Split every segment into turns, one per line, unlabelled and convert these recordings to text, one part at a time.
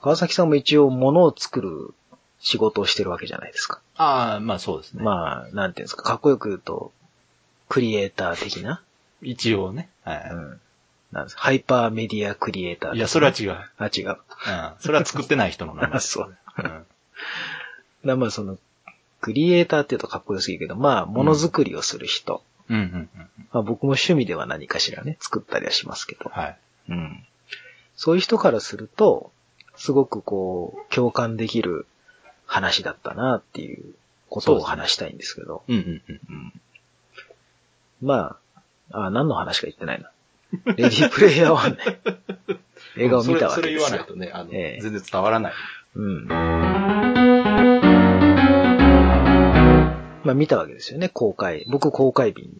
川崎さんも一応物を作る仕事をしてるわけじゃないですか。
ああ、まあそうですね。
まあ、なんていうんですか、かっこよく言うと、クリエイター的な、
一応ね。は
う
い。
ん、なんですハイパーメディアクリエイター的ない
や、それは違う。うん。
あ、違う。
それは作ってない人の名 前。
あそう。
うん。
なまあその、クリエイターって言うとかっこよすぎるけど、まあ、ものづくりをする人。
うんうんうん。
まあ僕も趣味では何かしらね、作ったりはしますけど。
はい。
うん。そういう人からすると、すごくこう、共感できる話だったなっていうことを話したいんですけど。
うんうんうん。
うん。まあ、あ、何の話か言ってないな。レディープレイヤー はね、映画を見たわけですよ。
それそれ言わないとね、あの、
ええ
全然伝わらない。
うん。まあ見たわけですよね、公開。僕公開日に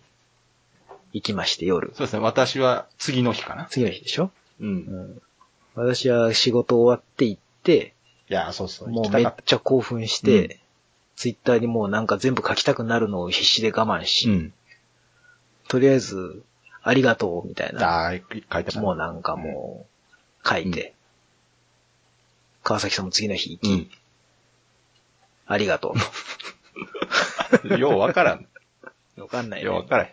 行きまして夜。
そうですね。私は次の日かな。
次の日でしょ
う。
うんん。私は仕事終わって行って、
いや、そうそう。
も
行
う
きた
め
か
っ
っ
ちゃ興奮して、ツイッターにもうなんか全部書きたくなるのを必死で我慢
た。
し、
うん。
とりあえず、ありがとうみたいな、
ああ、書いてあった。
もうなんかもう、書いて、川崎さんも次の日行き、
うん。
ありがとう
ようわから ん。
と。わかんない、ね。
ようわからん。
い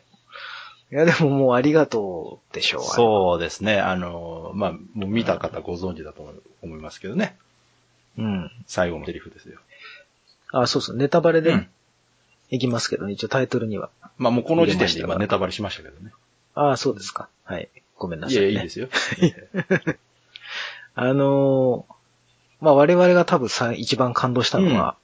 や、でももうありがとうでしょう。
そうですね。あの、まあ、もう見た方ご存知だと思う思いますけどね。
う。うん。
最後のセリフですよ。
あ、そうそう。ネタバレ
う
で
ん。
いきますけどね、一応タイトルには。
まあ、もうこの時
入れま
点で
したか
今
ら
ネタバレしましたけどね。
あそうですか。はい。ごめんないさい、
や、
ね。
いいですよ。
あのーまあ、我々が多分さ、一番感動したのは、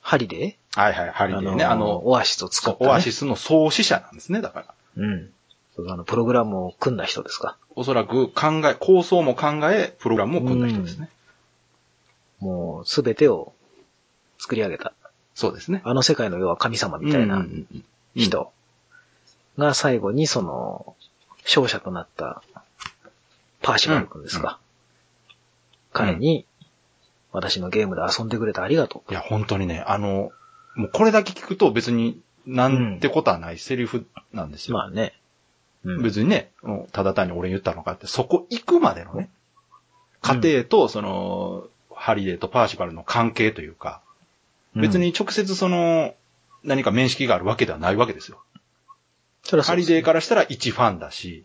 針で、
はいはい、ハリーね。
ー
あの、
オアシスを作
そう
った、ね。
オアシスの創始者なんですね、だから。
うん。そうあの、プログラムを組んだ人ですか。
おそらく考え、構想も考え、プログラムを組んだ人ですね。
もう、すべてを作り上げた。
そうですね。
あの世界の要は神様みたい
うんう
なん
うん
人が最後にその、勝者となった、パーシバル君ですか。
うんうん
彼に、私のゲームで遊んでくれてありがとう
いや、本当にね、あの、もうこれだけ聞くと別になんてことはないセリフなんです
と。
よ。
まあね。うん
別にね、もうただ単に俺言ったのかって、そこ行くまでのね、過程と、その、ハリデーとパーシバルの関係というか、別。
うん
に直接その、何か面識があるわけではないわけですよ。
そりゃそ
ハ
うで
リ
す
デーからしたら一ファンだし、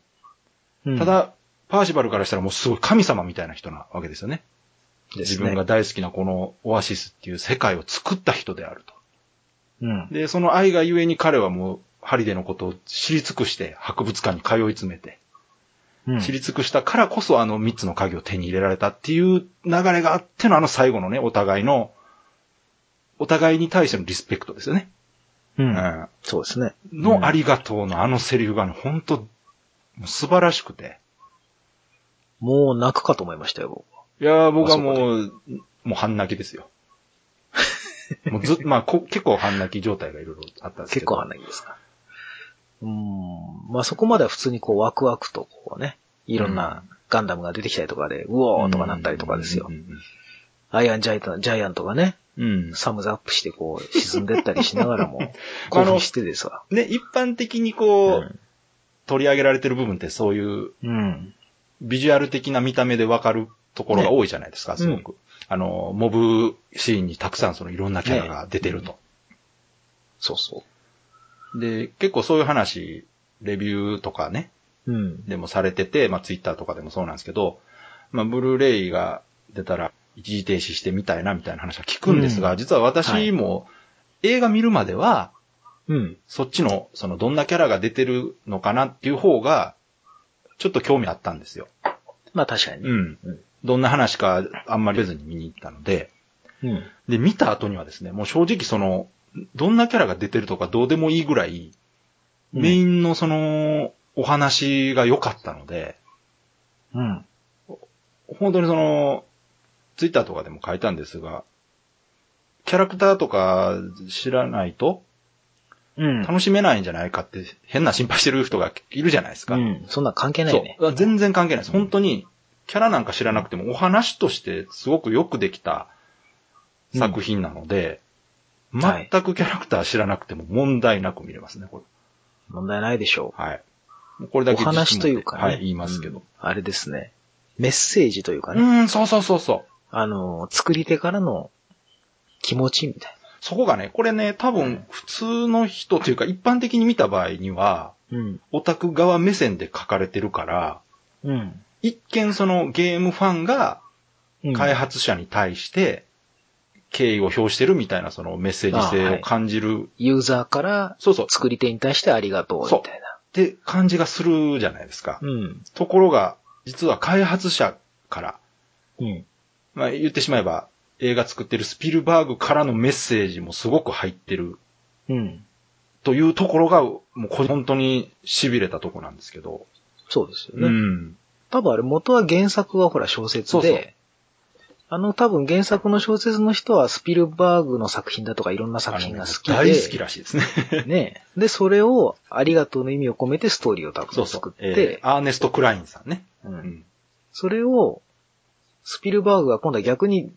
うん
ただ、パーシバルからしたらもうすごい神様みたいな人なわけですよね。
です
自
ね
分が大好きなこのオアシスっていう世界を作った人であると。
うん。
で、その愛がゆえに彼はもう、ハリデのことを知り尽くして、博物館に通い詰めて、
うん
知り尽くしたからこそあの三つの鍵を手に入れられたっていう流れがあってのあの最後のね、お互いの、お互いに対してのリスペクトですよね。
うん
うん
そうですね。うん
のありがとうのあのセリフがね、本当もう素晴らしくて。
もう泣くかと思いましたよ、僕はい
やー僕はもう、もう半泣きですよ。もうずっと、まあこ 結構半泣き状態がいろいろあったんですけ
結
ど。
構花木ですか。うん。まあそこまでは普通にこうワクワクとこうね、いろんなガンダムが出てきたりとかで、うおーとかなったりとかですよ
う。ん
アイアンジャイアンジャイアントがね、
うんうん。うん
サムズアップしてこう沈んでったりしながら も、興奮してですわ。
ね、一般的にこう、
うん
取り上げられてる部分ってそういう
うん。
ビジュアル的な見た目でわかるところが多いじゃないですか、すごく。あの、モブシーンにたくさんそのいろんなキャラが出てると。
そうそ
で、結構そういう話、レビューとかね、
う。うん。
でもされてて、まあツイッターとかでもそうなんですけど、まあブルーレイが出たら一時停止してみたいなみたいな話は聞くんです
う
が、
ん
実は私も映画見るまでは、
うん。
そっちの、そのどんなキャラが出てるのかなっていう方が、ちょっと興味あったんですよ。
まあ確かに。
うん
うん。
どんな話かあんまり出ずに見に行ったので、
うん。
で、見た後にはですね、もう正直その、どんなキャラが出てるとかどうでもいいぐらい、
うん
メインのその、お話が良かったので、
うん。
本当にその、ツイッターとかでも書いたんですが、キャラクターとか知らないと
うん。
楽しめないんじゃないかって変な心配してる人がいるじゃないですか。
うん。そんなん関係ないね。
そう。全然関係ないです。本当に、キャラなんか知らなくても、お話としてすごくよくできた作品なので、
んはい
全くキャラクター知らなくても問題なく見れますね、これ。
問題ないでしょう。
はい。これだ
お
け
話というかね。
はい、言いますけど。
うんあれですね。メッセージというか
う
ね、
ん、そうそうそうそう。
あの、作り手からの気持ちみたい
そこがね、これね、多分普通の人というか一般的に見た場合には、
な。うん。
オタク側目線で書かれてるから、
うん。
一見そのゲームファンが
うん
開発者に対して敬意を表してるみたいなそのメッセージ
あは
性を
い
感じる、
ユーザーから
そうそう、
作り手に対してありがとうみたいな。
って感じがするじゃないですか。
うん。
ところが、実は開発者から、
うん。
まあ言ってしまえば映画作ってるスピルバーグからのメッセージもすごく入ってる
うん。
というところが、もうこれ本当に痺れたとこなんですけど。
そうですよね。
うん。
多分あれ元は原作はほら小説で、
そうそう
あの多分原作の小説の人はスピルバーグの作品だとかいろんな作品が好きで。
あのね大好きらしい ですね。
ね。で、それをありがとうの意味を込めてストーリーを多
そ
分
うそ
作
う
っ。
え
て、
ー、アーネスト・クラインさんね。
う
うんん。
それをスピルバーグが今度は逆に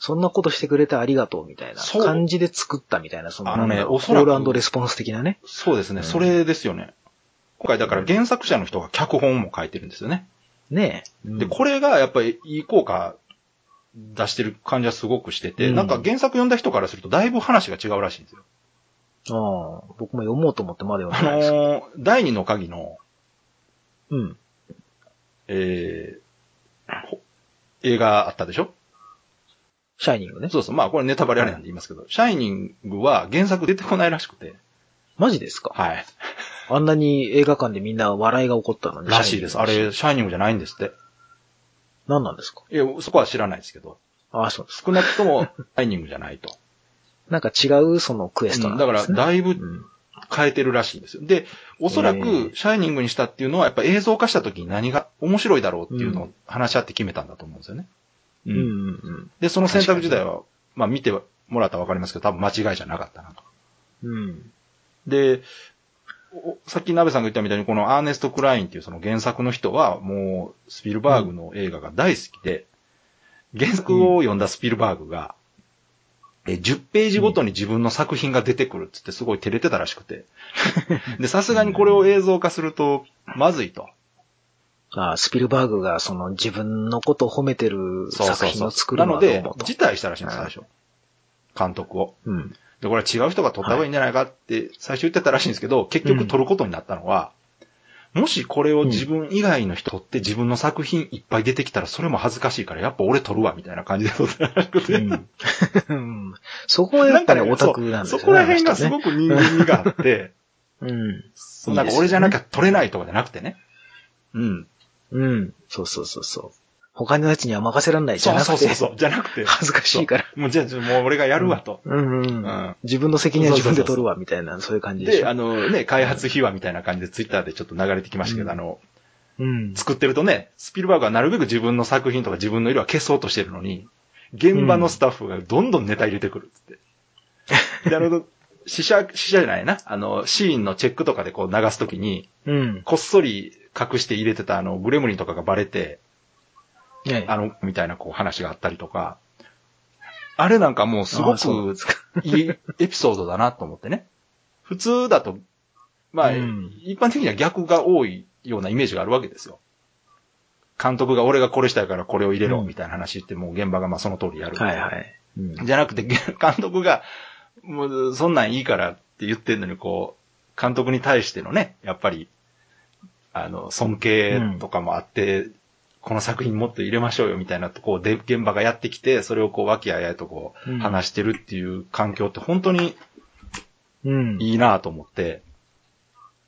そんなことしてくれてありがとうみたいな
そう
感じで作ったみたいな、その
あのね
なんだろう
おそらく
コールレスポンス的なね。
そうですね、
うん
それですよね。今回だから原作者の人が脚本も書いてるんですよね。
ね。うん
で、これがやっぱりいい効果出してる感じはすごくしてて、
うん
なんか原作読んだ人からするとだいぶ話が違うらしいんですよ。
ああ僕も読もうと思ってまだ読
あ
んでないです。
のー第二の鍵の、
うん。
えーほ映画あったでしょ
シャイニングね。
そうそう。まあこれネタバレあれなんで言いますけど、シャイニングは原作出てこないらしくて。
マジですか
はい。
あんなに映画館でみんな笑いが起こったのに。
らしいです。あれ、。シャイニングじゃないんですって。
何なんですか
いや、そこは知らないですけど、
ああ、そうです。
少なくともシャイニングじゃないと。
なんか違うそのクエストな
う
んん
だ
で
か
す、ね
ら、だいぶ
うん
変えてるらしいんですよ。で、おそら
え
く、シャイニングにしたっていうのは、やっぱ映像化した時に何が面白いだろうっていうの
う
を話し合って決めたんだと思うんですよね。う
うんうんうん。
で、その選択自体は、まあ見てもらったらわかりますけど、多分間違いじゃなかったなと。
うん。
で、おさっき鍋さんが言ったみたいに、このアーネスト・クラインっていうその原作の人は、もう、スピルバーグの映画が大好きで、原作を読んだスピルバーグが、え、10ページごとに自分の作品が出てくるっつってすごい照れてたらしくて。で、さすがにこれを映像化すると、まずいと。
ああ、スピルバーグがその自分のことを褒めてる作品を作る
な
の
の
はどう
で
も、と。
辞退したらしいんです、最初。監督を。
うん。
で、これは違う人が取った方がいいんじゃないかって最初言ってたらしいんですけど、結局取ることになったのは、もしこれを自分以外の人取って自分の作品いっぱい出てきたらそれも恥ずかしいからやっぱ俺取るわみたいな感じで取ったらしく て。
うん。そこはやっぱりオタクなんですよね。
そうそこら辺がす
く。
ごく人間味が あって、
うん。
そうなんか俺じゃなきゃ取れないとかじゃなくてね。うん。
うん。そうそうそうそう。他のやつには任せられないじゃ
そう
なくて。
そうそうそう。じゃなくて。
恥ずかしいから。
もうじゃあ、じゃあもう俺がやるわと。
うんうん。
うん
自分の責任は自分で取るわ、みたいな、そういう感 じでし
で、
ょ。
あのね、開発秘話みたいな感じでツイッターでちょっと流れてきましたけど、
うん
あの、
うん。
作ってるとね、スピルバーグはなるべく自分の作品とか自分の色は消そうとしてるのに、現場のスタッフがどんどんネタ入れてくるっつって。なるほど。死者、死者じゃないな。あの、シーンのチェックとかでこう流すときに、
うん。
こっそり隠して入れてたあの、グレムリンとかがバレて、
ね
あの、みたいなこう話があったりとか、あれなんかもうすご
あそうなん
く
ですか
いいエピソードだなと思ってね。普通だと、まあ、
うん
一般的には逆が多いようなイメージがあるわけですよ。監督が俺がこれしたいからこれを入れろ
うん
みたいな話言ってもう現場がまあその通りやる。
はいはい。うん
じゃなくて、 げ監督が、もうそんなんいいからって言ってんのにこう、監督に対してのね、やっぱり、あの、尊敬とかもあって、この作品もっと入れましょうよみたいなとこうで、現場がやってきて、それをこう、和気あいあいとこ
うん
う、話してるっていう環境って本当に
うん。い
いいなと思って、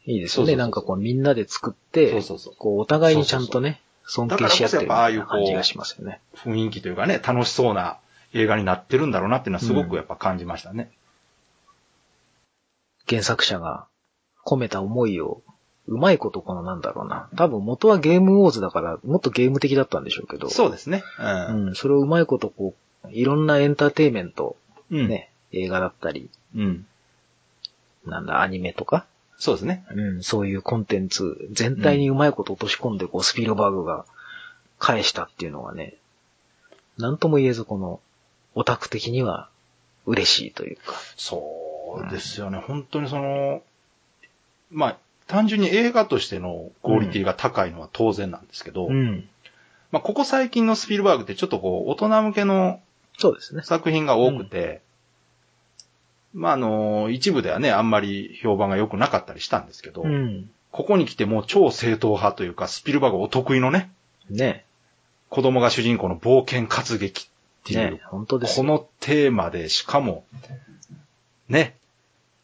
いですよ
そうそうそ
ね。
う
なんかこうみんなで作って、
そうそうそう
こうお互いにちゃんとね、尊敬し合ってるみたいな
だからこそやっぱああいうこう
感じがしますよね。
雰囲気というかね、楽しそうな映画になってるんだろうなっていうのはすごくやっぱ感じましたね。
原作者が込めた思いを、うまいことこのなんだろうな。多分元はゲームウォーズだから、もっとゲーム的だったんでしょうけど、
そうですね。うん。
うん。それをうまいことこう、いろんなエンターテイメント、
うん。
ね、映画だったり、
うん。
なんだ、アニメとか、
そうですね。
うん、そういうコンテンツ、全体にうまいこと落とし込んで、こう、スピルバーグが返したっていうのはね、なんとも言えず、この、オタク的には嬉しいというか。
そうですよね。本当にその、まあ、単純に映画としてのクオリティが高いのは当然なんですけど、
ん。
ままあ、ここ最近のスピルバーグってちょっとこう、大人向けの
そうですね。
作品が多くて、まあ、あの、一部ではね、あんまり評判が良くなかったりしたんですけど、
うん。
ここに来てもう超正統派というか、スピルバーグお得意のね、
ね
子供が主人公の冒険活劇っていう、
ね本当です
こ
よ。
のテーマで、しかも、ね、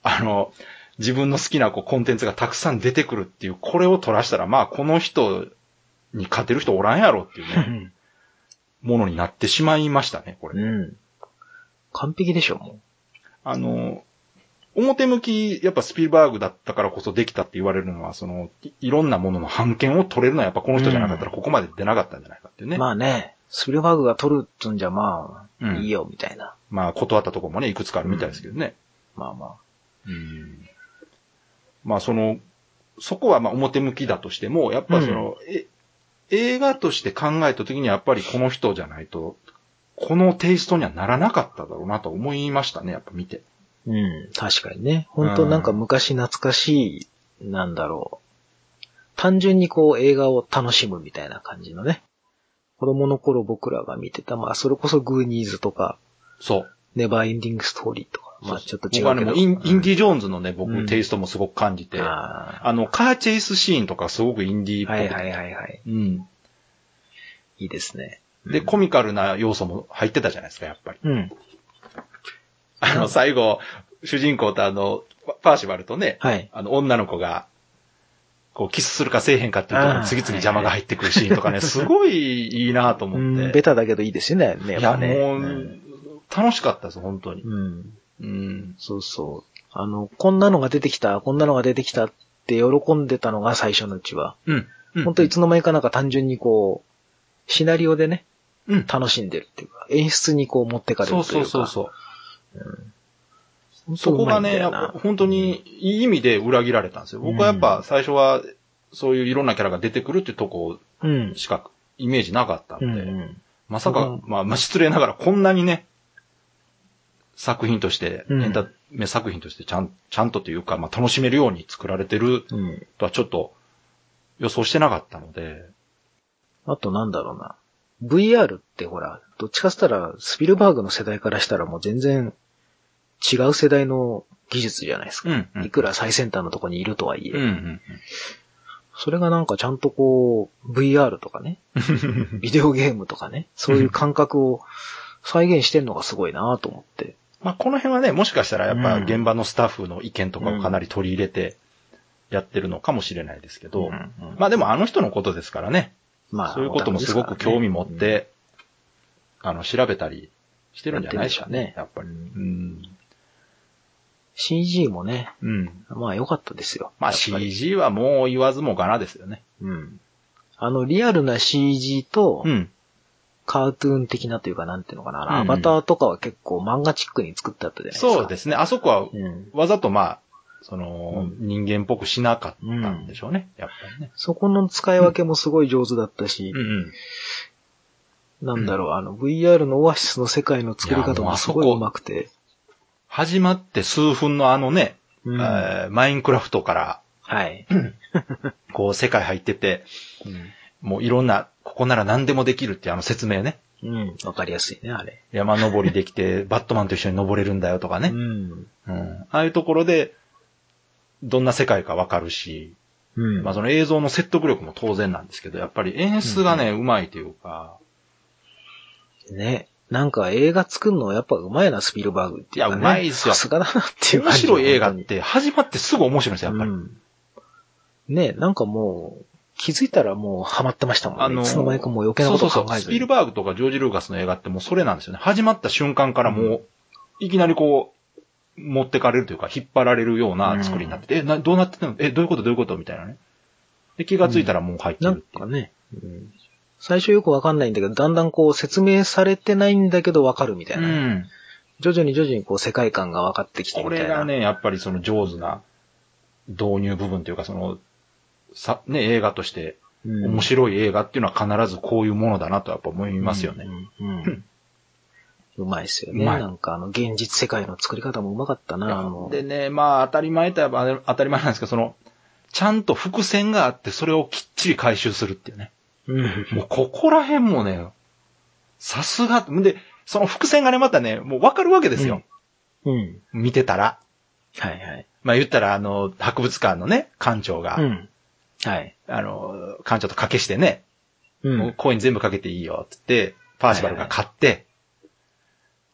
あの、自分の好きなこうコンテンツがたくさん出てくるっていう、これを取らしたら、まあ、この人に勝てる人おらんやろっていう
う
ね、
ん。
ものになってしまいましたね、これ。
うん。完璧でしょ、も
あの、表向き、やっぱスピルバーグだったからこそできたって言われるのは、その、いいろんなものの判権を取れるのはやっぱこの人じゃなかったらここまで出なかったんじゃないかっていう
う。
ね。まあ、
まあね、スピルバーグが取るっつうんじゃまあ、
うん
いいよ、みたいな。
断ったところもね、いくつかあるみたいですけどね。
まあま
うんまあその、そこはまあ表向きだとしても、やっぱその、え映画として考えた時にやっぱりこの人じゃないと、このテイストにはならなかっただろうなと思いましたね、やっぱ見て。
あ。うん、確かにね。本当なんか昔懐かしい、なんだろう。単純にこう映画を楽しむみたいな感じのね。子供の頃僕らが見てた、まあそれこそグーニーズとか、
そう。
ネバーエンディングストーリーとか。まあちょっと違うけど。
僕はね、もうインインディ・ジョーンズのね、
う
僕
ん
テイストもすごく感じて、あ
あ
の、カーチェイスシーンとかすごくインディーっ
ー
ぽく
は
て
いはいはいはい。
うん。
いいですね。
で、コミカルな要素も入ってたじゃないですか、やっぱり。
うん。
あの、最後、主人公とあの、パパーシバルとね、
はい。
あの、女の子が、こう、キスするかせえへんかっていうところに次々邪魔が入ってくるシーンとかね、すごいいいなと
う
思っ
ん、ベ
て。
タだけどいいですよね、ね
い
やっ
や、
ぱね。
も
う、
うん楽しかったです、本当に。
うん。
うん。
そうそう。あの、こんなのが出てきた、こんなのが出てきたって喜んでたのが最初のうちは。
うん。
本当いつの間にかなんか単純にこう、シナリオでね、
うん。
楽しんでるっていうか、演出にこう持ってかれると
そ
いううか。
そうそうそう。
本当
そうこ
まい
が
んだ
ね、や
よ
っ
な
ぱ本当にいい意味で裏切られたんですよ。僕はやっ
う
ぱ最初は、そういういろんなキャラが出てくるっていうとこ
うん。
しかイメージなかったん
う
で、
んうん。
まさ
う
か
ん、
まあ、まあ、失礼ながらこんなにね、作品として、
うん
エンタメ作品としてちゃん、ちゃんとというか、まあ、楽しめるように作られてる
うん。
とはちょっと予想してなかったので、
あとなんだろうな。VR ってほら、どっちかしたら、スピルバーグの世代からしたらもう全然違う世代の技術じゃないですか。
うん、うん。
いくら最先端のとこにいるとはいえ、
うん、うん
それがなんかちゃんとこう、VR とか ね、
うん。
ビデオゲームとかね、そういう感覚を再現してるのがすごいなと思って。
まあ、この辺はね、もしかしたらやっぱ
うん
現場のスタッフの意見とかをかなり取り入れてやってるのかもしれないですけど、
ん
まあでもあの人のことですからね、
ま
そういうこともすごく興味持って、あの、調べたりしてるんじゃないですかね、や
や
っ
っ
ぱ
て
り。
る
うん
でしょうね
ん。
CG もね、
うん。
まあ良かったですよ。
まあ
やっぱり
CG はもう言わずもがなですよね。
うん。あの、リアルな CG と、
ん。
カートゥーン的なというか、なんていうのかな、
うん
アバターとかは結構漫画チックに作ってあったじゃないですか。
そうですね。あそこは
うん。
わざとまあ、その、
う
人間っぽくしなかったんでしょうね。やっぱりね。
そこの使い分けもすごい上手だったし、
ん
なんだろう、あの、VR のオアシスの世界の作り方もすごい上手くて。
始まって数分のあのね、
うん
え
は
ーマインクラフトから、
い。
こう世界入ってて、もういろんな、ここなら何でもできるっていうあの説明ね。
うん。わかりやすいね、あれ。
山登りで きて、バットマンと一緒に登れるんだよとか
う
ね。
ん。
うん。ああいうところで、どんな世界かわかるし、
うん。
まあその映像の説得力も当然なんですけど、やっぱり演出がね、うまいというか、
ね。なんか映画作るのはやっぱ上手いな、スピルバーグっていうか、ね。
いや上手いっすよ
さすがだなっていう
面
感じ。
白い映画っ
本
て始まってすぐ面白いんです
当
よ、や
に
っ
う
ぱり。
んね、なんかもう、気づいたらもうハマってましたもんね。
あの
いつの間にかもう余計な
そう
こ
そ
と
う
考
そ
えずに。
う。スピルバーグとかジョージ・ルーカスの映画ってもうそれなんですよね。始まった瞬間からもう、いきなりこう、持ってかれるというか、引っ張られるような作りになってて、え、な、どうなってんのえ、どういうことどういうことみたいなね。で、気がついたらもう入って
な
るっ
ん
ていう。
かね、うん最初よくわかんないんだけど、だんだんこう説明されてないんだけどわかるみたいなね、
うん。
徐々に徐々にこう世界観がわかってきてみ
こ
たいな。
れがね、やっぱりその上手な導入部分というか、その、さ、ね、映画として
うん、
面白い映画っていうのは必ずこういうものだなとやっぱ思いますよね。
うん。うんうんうまいっすよね。
うまい
なんかあの、現実世界の作り方もうまかったな。あの
でね、まあ当たり前といえば当たり前なんですけど、その、ちゃんと伏線があってそれをきっちり回収するっていうね。
うん。
もうここら辺もね、さすが、んで、その伏線がね、またね、もうわかるわけですよ。
うん。
見てたら。
はいはい。
まあ言ったら、あの、博物館のね、館長が、
うん。はい。
あの、館長と賭けしてね、
う
もう。コイン全部かけていいよ、つって、パーシバルが買って、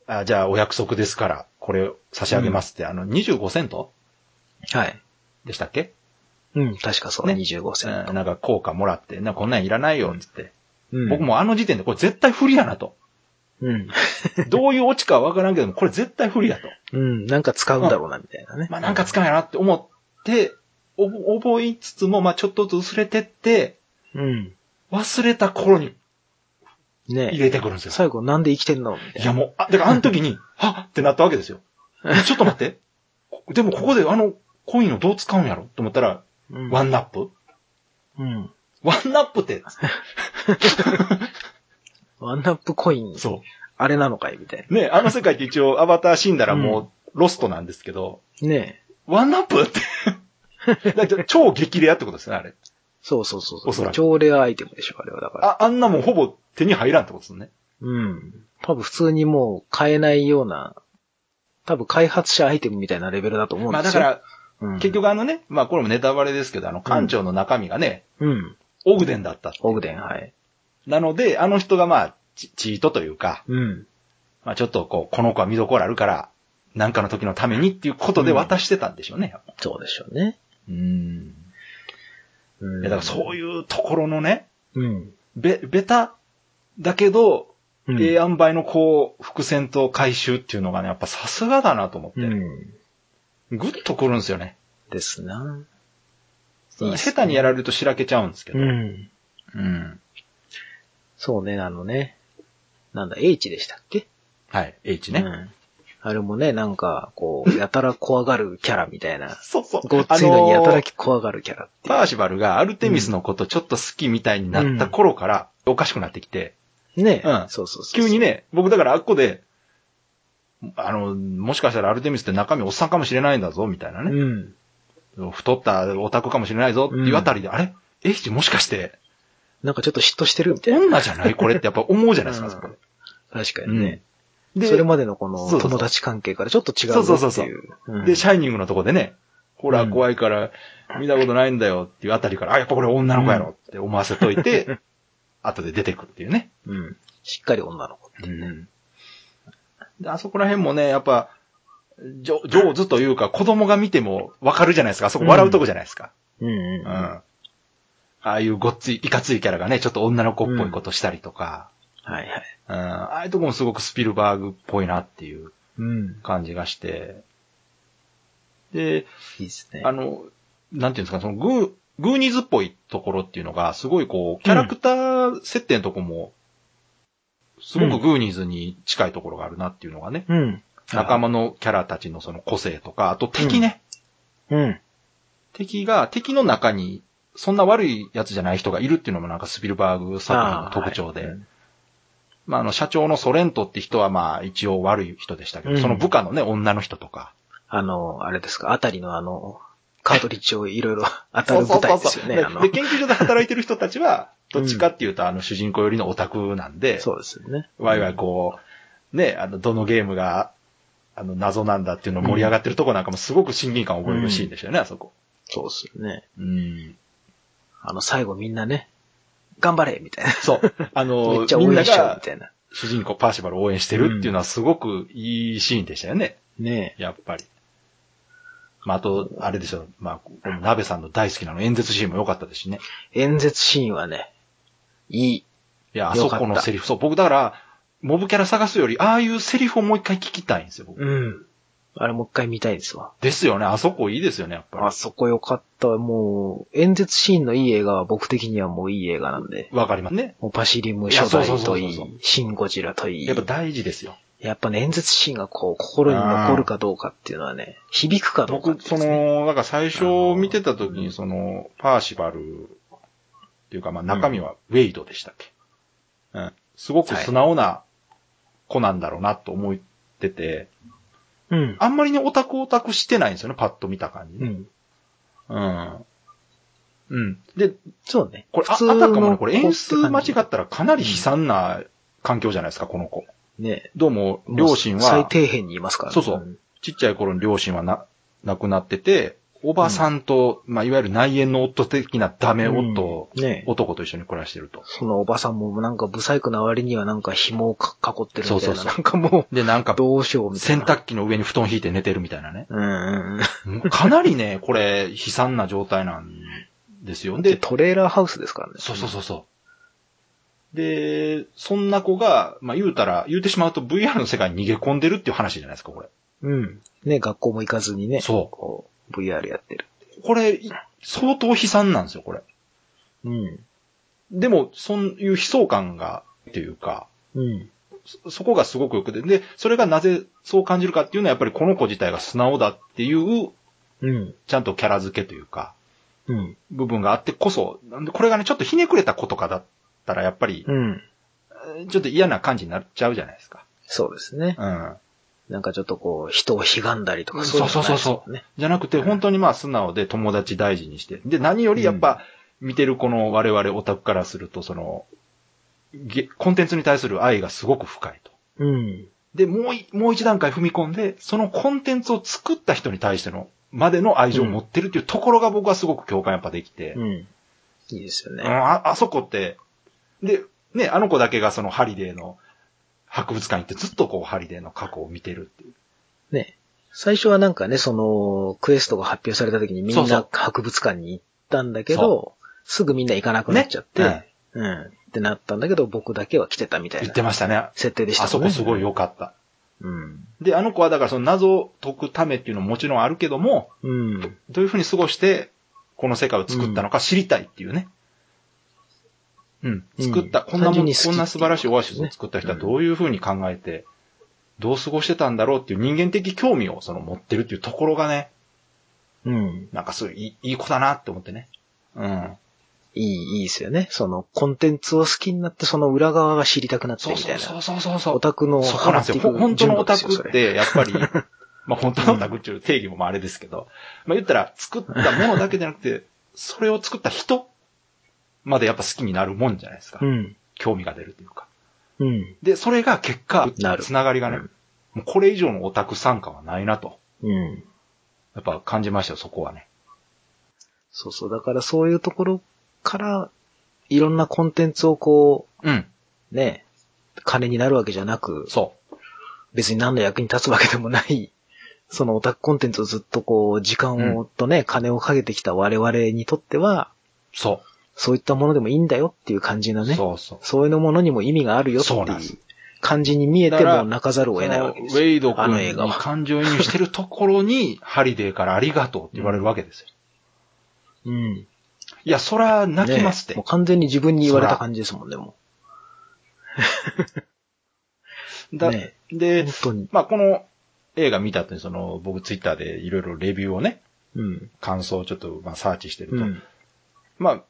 あじゃあお約束ですから、これを差し上げますって、あの、25セント
はい。
でしたっけ
うん。確かそう。
ね
25セン
う
ト
ん。なんか効果もらって、なんかこんなんいらないよ、つって。
うん
僕。もあの時点でこれ絶対不利やなと。
うん。
どういうオチかわからんけども、これ絶対不利やと。
うん。なんか使うんだろうな、みたいなね。
まあなんか使うやなって思って、おぼ覚えつつも、まあちょっとずつ薄れてって、
うん。
忘れた頃に入
ね
れてくるんですよ。
最後なんで生きてんのみた
い
い
や
な。
もう、あ、だからあの時 に、はっってなったわけですよ。ちょっと待って。こでもここであのコインをどう使うんやろと思ったら、
うん
ワンナップ
うん。
ワンナップって、
ワンナップコイン、
そ。
あれなのかいみたいう
ね、あの世界って一応アバター死んだらもうロストなんですけど、
な。ねえ。
ワンナップって。 だから超激レアってことですね、あれ。
そうそうそうそう。
おそらく
超レアアイテムでしょ、あれは。だから。
あ、あんなもんほぼ手に入らんってことですね。
うん。多分普通にもう買えないような、多分開発者アイテムみたいなレベルだと思うん
まあ
で
だ
す
か
よ。
ら、
ら
結、局あのね、まあこれもネタバレですけど、あの館長の中身がね、
うん。
オグデンだったって。
オグデン、はい。
なので、あの人がまあ、チチートというか、
うん。
まあちょっとこう、この子は見どころあるから、なんかの時のためにっていうことで
うん
渡してたんでしょうね。
そうでしょうね。
うん。
うん。
いやだからそういうところのね、
うん。
べ、ベタだけど、
うん。
ええ塩梅のこう、伏線と回収っていうのがね、やっぱさすがだなと思って、
うん。
ぐっとくるんですよね。
ですな。いいっすね
下手にやられるとしらけちゃうんですけど。
うん。
うん
そうね、あのね。なんだ、H でしたっけ
はい、H
う
ね。
ん。あれもね、なんか、こう、やたら怖がるキャラみたいな。
そうそう。
ごっついのにやた
あの
ら
ー
怖がるキャラってい
パーシバルがアルテミスのことちょっと好きみたいになった頃から、おかしくなってきて、
う。ね
うん
そうそうそう。
急に。ね、僕だからあっこで、あの、もしかしたらアルテミスって中身おっさんかもしれないんだぞ、みたいな
う
ね。
ん。
太ったオタクかもしれないぞっていうあたりで、あれエイチもしかして、
なんかちょっと嫉妬してるみたいな。
女じゃないこれってやっぱ思うじゃないですか、
うん
そこで
確かにね。
で
それまでのこ
そう
の
そうそう
友達関係からちょっと違うぞっていう。うん
で、シャイニングのとこでね、ほら、
うん
怖いから、見たことないんだよっていうあたりから、あ、やっぱこれ女の子やろって思わせといて、 後で出てくっていうね。
うん。しっかり女の子っていうね。
で、あそこら辺もね、やっぱ、じょ上手というか、子供が見てもわかるじゃないですか。あそこ笑うとこじゃないですか。
うん
うん。
うん。は
ああいうごっつい、いかついキャラがね、ちょっと女の子っぽいことしたりとか、
いはい。
うん、ああいうとこもすごくスピルバーグっぽいなっていう
うん。
感じがして、で、
いいですね。
あの、なんていうんですか、そのグー、グーニーズっぽいところっていうのが、すごいこう、キャラクター設定のとこも、すごくグーニーズに近いところがあるなっていうのがね、
うん。
仲間のキャラたちのその個性とか、あと敵ね、
うん。
敵が、敵の中に、そんな悪いやつじゃない人がいるっていうのもなんかスピルバーグ作品の特徴で、
あーはい
まああの社長のソレントって人はまあ一応悪い人でしたけ
う
ど、
ん
その部下のね、女の人とか、
あの、あれですか、あたりのあの、カートリッジをいろい ろ当たる舞台ですよね。あの
で、研究所で働いてる人たちは、どっちかっていうと、あの、主人公よりのオタクなんで、
そうですよね。
ワイワイこう、ね、あの、どのゲームが、あの、謎なんだっていうの盛り上がってるとこなんかもすごく親近感を覚えるシーンでしたよね、あそこ。
そうですよね。
うん。
あの、最後みんなね、頑張れみたいな。
そう。あ の
めっち、ゃ
みん
応
な
援しちゃう
が
みたいな。
主人公パーシバルを応援してるっていうのはすごくいいシーンでしたよね、
ね
やっぱり。まあ、あと、あれでしょう。まあ、この鍋さんの大好きなあの演説シーンも良かったですしね。
え。演説シーンはね、いい。
いや、あそ
よかった
このセリフ、そう、僕だから、モブキャラ探すより、ああいうセリフをもう一回聞きたいんですよ、僕。
うん。あれもう一回見たいですわ。
ですよね、あそこいいですよね、やっぱ
あそこ良かった。もう、演説シーンのいい映画は僕的にはもういい映画なんで。
り。わかりますね。
もうパシリム初
いやそうそう
代
そ
と
う
い
そうそう
い、シンゴジラといい。
やっぱ大事ですよ。
やっぱね、演説シーンがこう、心に残るかどうかっていうのはね、響くかどうか
僕、
です
そ
ね、
の、だから最初見てた時
あの
に、その、パーシバル、っていうか、まあ中身はウェイドでしたっけ。うん。すごく素直な子なんだろうなと思ってて、
うん。
あんまりね、オタクオタクしてないんですよね、パッと見た感じ
う
ね。
ん。
うん。うん。で、
そうね。
これ、あ、あ
普通の
たかもね、これ演出間違
子って
っ
感
たらかなり悲惨な環境じゃないですか、この子。
じね。
どうも、両親
もう最
は、
底辺にいますからね。
そうそうちっちゃい頃に両親はな、亡くなってて、おばさんと、まあ、いわゆる内縁の夫的なダメ夫を、
うんね
男と一緒に暮らしてると。
そのおばさんもなんか不細工な割にはなんか紐をか囲ってるみたい
そうそうそ
な。
う
なんかも
で、なん
う、
か、
どうしようみたい
洗
な。
濯機の上に布団引いて寝てるみたいなね。
うんうんうん。
もうかな りね、これ、悲惨な状態なんですよ。
で、
で、
トレーラーハウスですからね。
そうそうそうそう。で、そんな子が、まあ、言うたら、言うてしまうと VR の世界に逃げ込んでるっていう話じゃないですか、これ。
う。うん。ね、学校も行かずにね。
そう
こう、VR やってる。
これ、い相当悲惨なんですよ、これ。
うん。
でも、そういう悲壮感が、っていうか、
うん。
そそこがすごくよくて、で、それがなぜそう感じるかっていうのは、やっぱりこの子自体が素直だっていう、
うん。
ちゃんとキャラ付けというか、
うん。
部分があってこそ、なんで、これがね、ちょっとひねくれた子とかだったら、やっぱり、
うん。
えーちょっと嫌な感じになっちゃうじゃないですか。
そうですね。
うん。
なんかちょっとこう、人を悲願だりとか
そう
いの
そうそうそう
ないですもんね。
じゃなくて、本当にまあ素直で友達大事にして。で、何よりやっぱ、見てるこの我々オタクからすると、その、げコンテンツに対する愛がすごく深いと。
うん。
で、もうい、もう一段階踏み込んで、そのコンテンツを作った人に対しての、までの愛情を持ってるっていうところが僕はすごく共感やっぱできて、うん、
うん。いいですよね。
あ、あそこって、で、ね、あの子だけがそのハリデーの博物館行ってずっとこうハリデーの過去を見てるっていう。
ね。最初はなんかね、その、クエストが発表された時にみ
そ
ん
うそ
な
う
博物館に行ったんだけ
そ
ど、すぐみんな行かなくなっちゃって、
ね
うん。ってなったんだけど、僕だけは来てたみたい
言っ
な
てましたね。あ
設定でした
そ
もんね。
こすごい良かった。
うん。
で、あの子はだからその謎を解くためっていうのももちろんあるけども、
うん。
どういうふうに過ごして、この世界を作ったのか知りたいっていうね。うん。
うん
作った、こんな
単
も
純
ん、
に好き
こんな素晴らしいオアシスを作った人はどういうふうに考えて、どう過ごしてたんだろうっていう人間的興味をその持ってるっていうところがね、
うん。
なんかすごいいいいい子だなって思ってね。うん。
いい、いいですよね。その、コンテンツを好きになって、その裏側が知りたくなって
そう
みた
そ
いうな。
そうそうそうそう。
オタクの
そこなんですよ。ほ本当のオタク
順路
っ
ですよ
て、やっぱり、 まあ本当のオタクっていう定義もまああれですけど、まあ言ったら作ったものだけじゃなくて、それを作った人までやっぱ好きになるもんじゃないですか。
それうん。
興味が出るというか。
うん。
で、それが結果
な、る
つながりがね、
うん
もうこれ以上のオタク参加はないなと、
うん。
やっぱ感じましたよ、そこはね。
そうそう。だからそういうところから、いろんなコンテンツをこ
うん。
う、ね、金になるわけじゃなく、
そ
別に何の役に立つわけでもない、 そのオタクコンテンツをずっとこう、時間をとね、金をかけてきた我々にとっては、
う。そ
そういったものでもいいんだよっていう感じの
う。
ね、
そうそう。
そういうのものにも意味があるよってい
そうなんです
う感じに見え
だ
て
から
も泣かざるを
そ
得ないわ
のウ
けですよ
ェイド
あ
君
の映画
に
は。
感情移入してるところに、ハリデーからありがとうって言われるわけですよ。
うん。
いや、そら泣きますって。
ねもう完全に自分に言われた感じですもんね、も
だ、
ねう。
で
本、当に。
まあ、この映画見た後に、その、僕ツイッターでいろいろレビューをね、
うん。
感想をちょっと、まあ、サーチしてると、
うん。
まあ、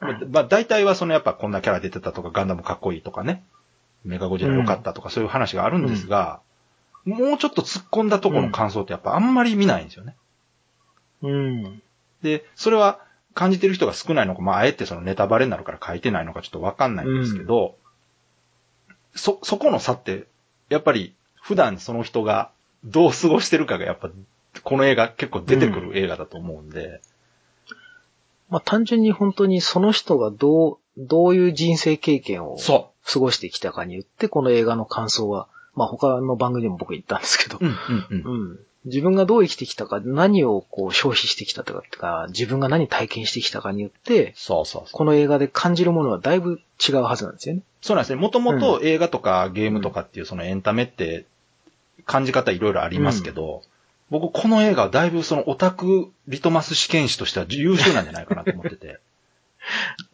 まあまあ、大体はその、やっぱこんなキャラ出てたとか、ガンダムかっこいいとかね、メガゴジラ良かったとか、そういう話があるんですが、もうちょっと突っ込んだところの感想ってやっぱあんまり見ないんですよね。
うん。
で、それは感じてる人が少ないのか、まあ、あえてそのネタバレになるから書いてないのかちょっとわかんないんですけど、そ、そこの差って、やっぱり普段その人がどう過ごしてるかがやっぱ、この映画結構出てくる映画だと思うんで、
まあ単純に本当にその人がどう、どういう人生経験を
そ
過ごしてきたかによって、この映画の感想は、まあ他の番組でも僕言ったんですけど
う。、うん、うん、うん。
うん。自分がどう生きてきたか、何をこう消費してきたとかとか、自分が何体験してきたかによって、
そうそうそう。
この映画で感じるものはだいぶ違うはずなんですよね。
そうなんですね。もともと映画とかゲームとかっていうそのエンタメって感じ方いろいろありますけど、僕この映画はだいぶそのオタクリトマス試験士としては優秀なんじゃないかなと思って て。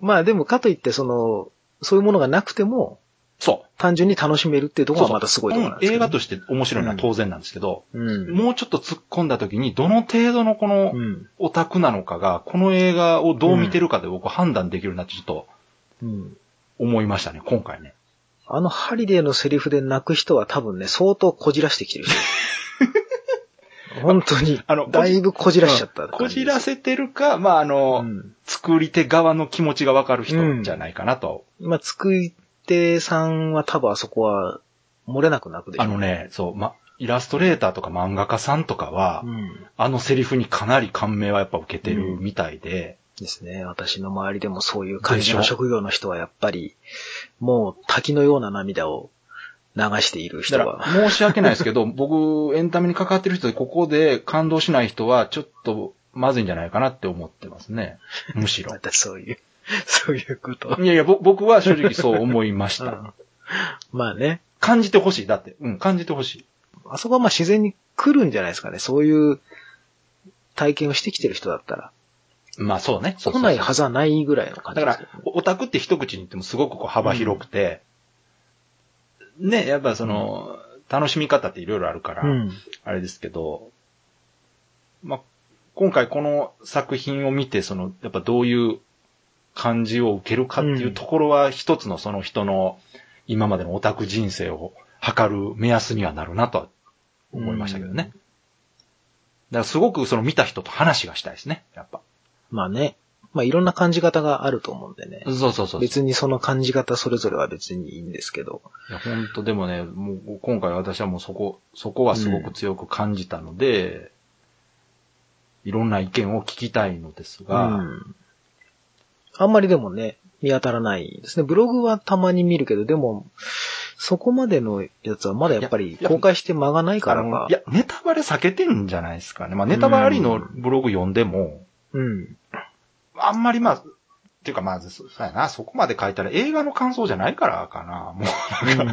まあでもかといって、その、そういうものがなくても、
そう。
単純に楽しめるっていうところ
そう
はま
そう
たすごいところなんですけ
うん映
ど、
画として面白いのは当然なんですけど、
うん。
もうちょっと突っ込んだ時に、どの程度のこの
うん。
オタクなのかが、この映画をどう見てるかで僕判断できるなってちょっと
うん。
思いましたね、今回ね。
あの ハリデーのセリフで泣く人は多分ね、相当こじらしてきてる人。本当に。
あの
だいぶこじらしちゃった
うん
感
こ
じ
じ
です
らせてるか、まあ、あの、
うん
作り手側の気持ちがわかる人じゃないかなと。
まあ、作り手さんは多分あそこは漏れなく泣くでしょ
あの。ね、そう、ま、イラストレーターとか漫画家さんとかは、
うん。
あのセリフにかなり感銘はやっぱ受けてるみたいで、
ですね。私の周りでもそういう感じの職業の人はやっぱり、もう滝のような涙を流している人
だから
は。
申し訳ないですけ ど、僕、エンタメに関わってる人でここで感動しない人はちょっとまずいんじゃないかなって思ってますね。む しろ
ま。たそういう、そういうこと。
いやいや、ぼ僕は正直そう思いま し
うん
た。
まあね。
感じてほしい。だって、うん、感じてほしい。
あそこはまあ自然に来るんじゃないですかね。そういう体験をしてきてる人だったら。
まあそうね。そ
来
うそうそう
ないはずはないぐらいの感
だ
じ
か
です
ら
よ、
オタクって一口に言ってもすごくこう幅広くて、ね、やっぱその、楽しみ方っていろいろあるから、
うん。
あれですけど、まあ、今回この作品を見て、その、やっぱどういう感じを受けるかっていうところは、一つのその人の今までのオタク人生を測る目安にはなるなとは思いましたけどね。だからすごくその見た人と話がしたいですね、やっぱ。
まあね。まあいろんな感じ方があると思うんでね。
そうそうそう。
別にその感じ方それぞれは別にいいんですけど。
いや、本当でもね、もう今回私はもうそこ、そこはすごく強く感じたので、いろんな意見を聞きたいのです
う
が、
ん。あんまりでもね、見当たらないですね。ブログはたまに見るけど、でも、そこまでのやつはまだやっぱり
いや
公開して間がないか
あ
ら
の
か
い。や、ネタバレ避けてんじゃないですかね。まあ、ネタバレありのブログ読んでも、
うん。
あんまりまあ、っていうかまあ、そそうやな、そこまで書いたら映画の感想じゃないからかな。も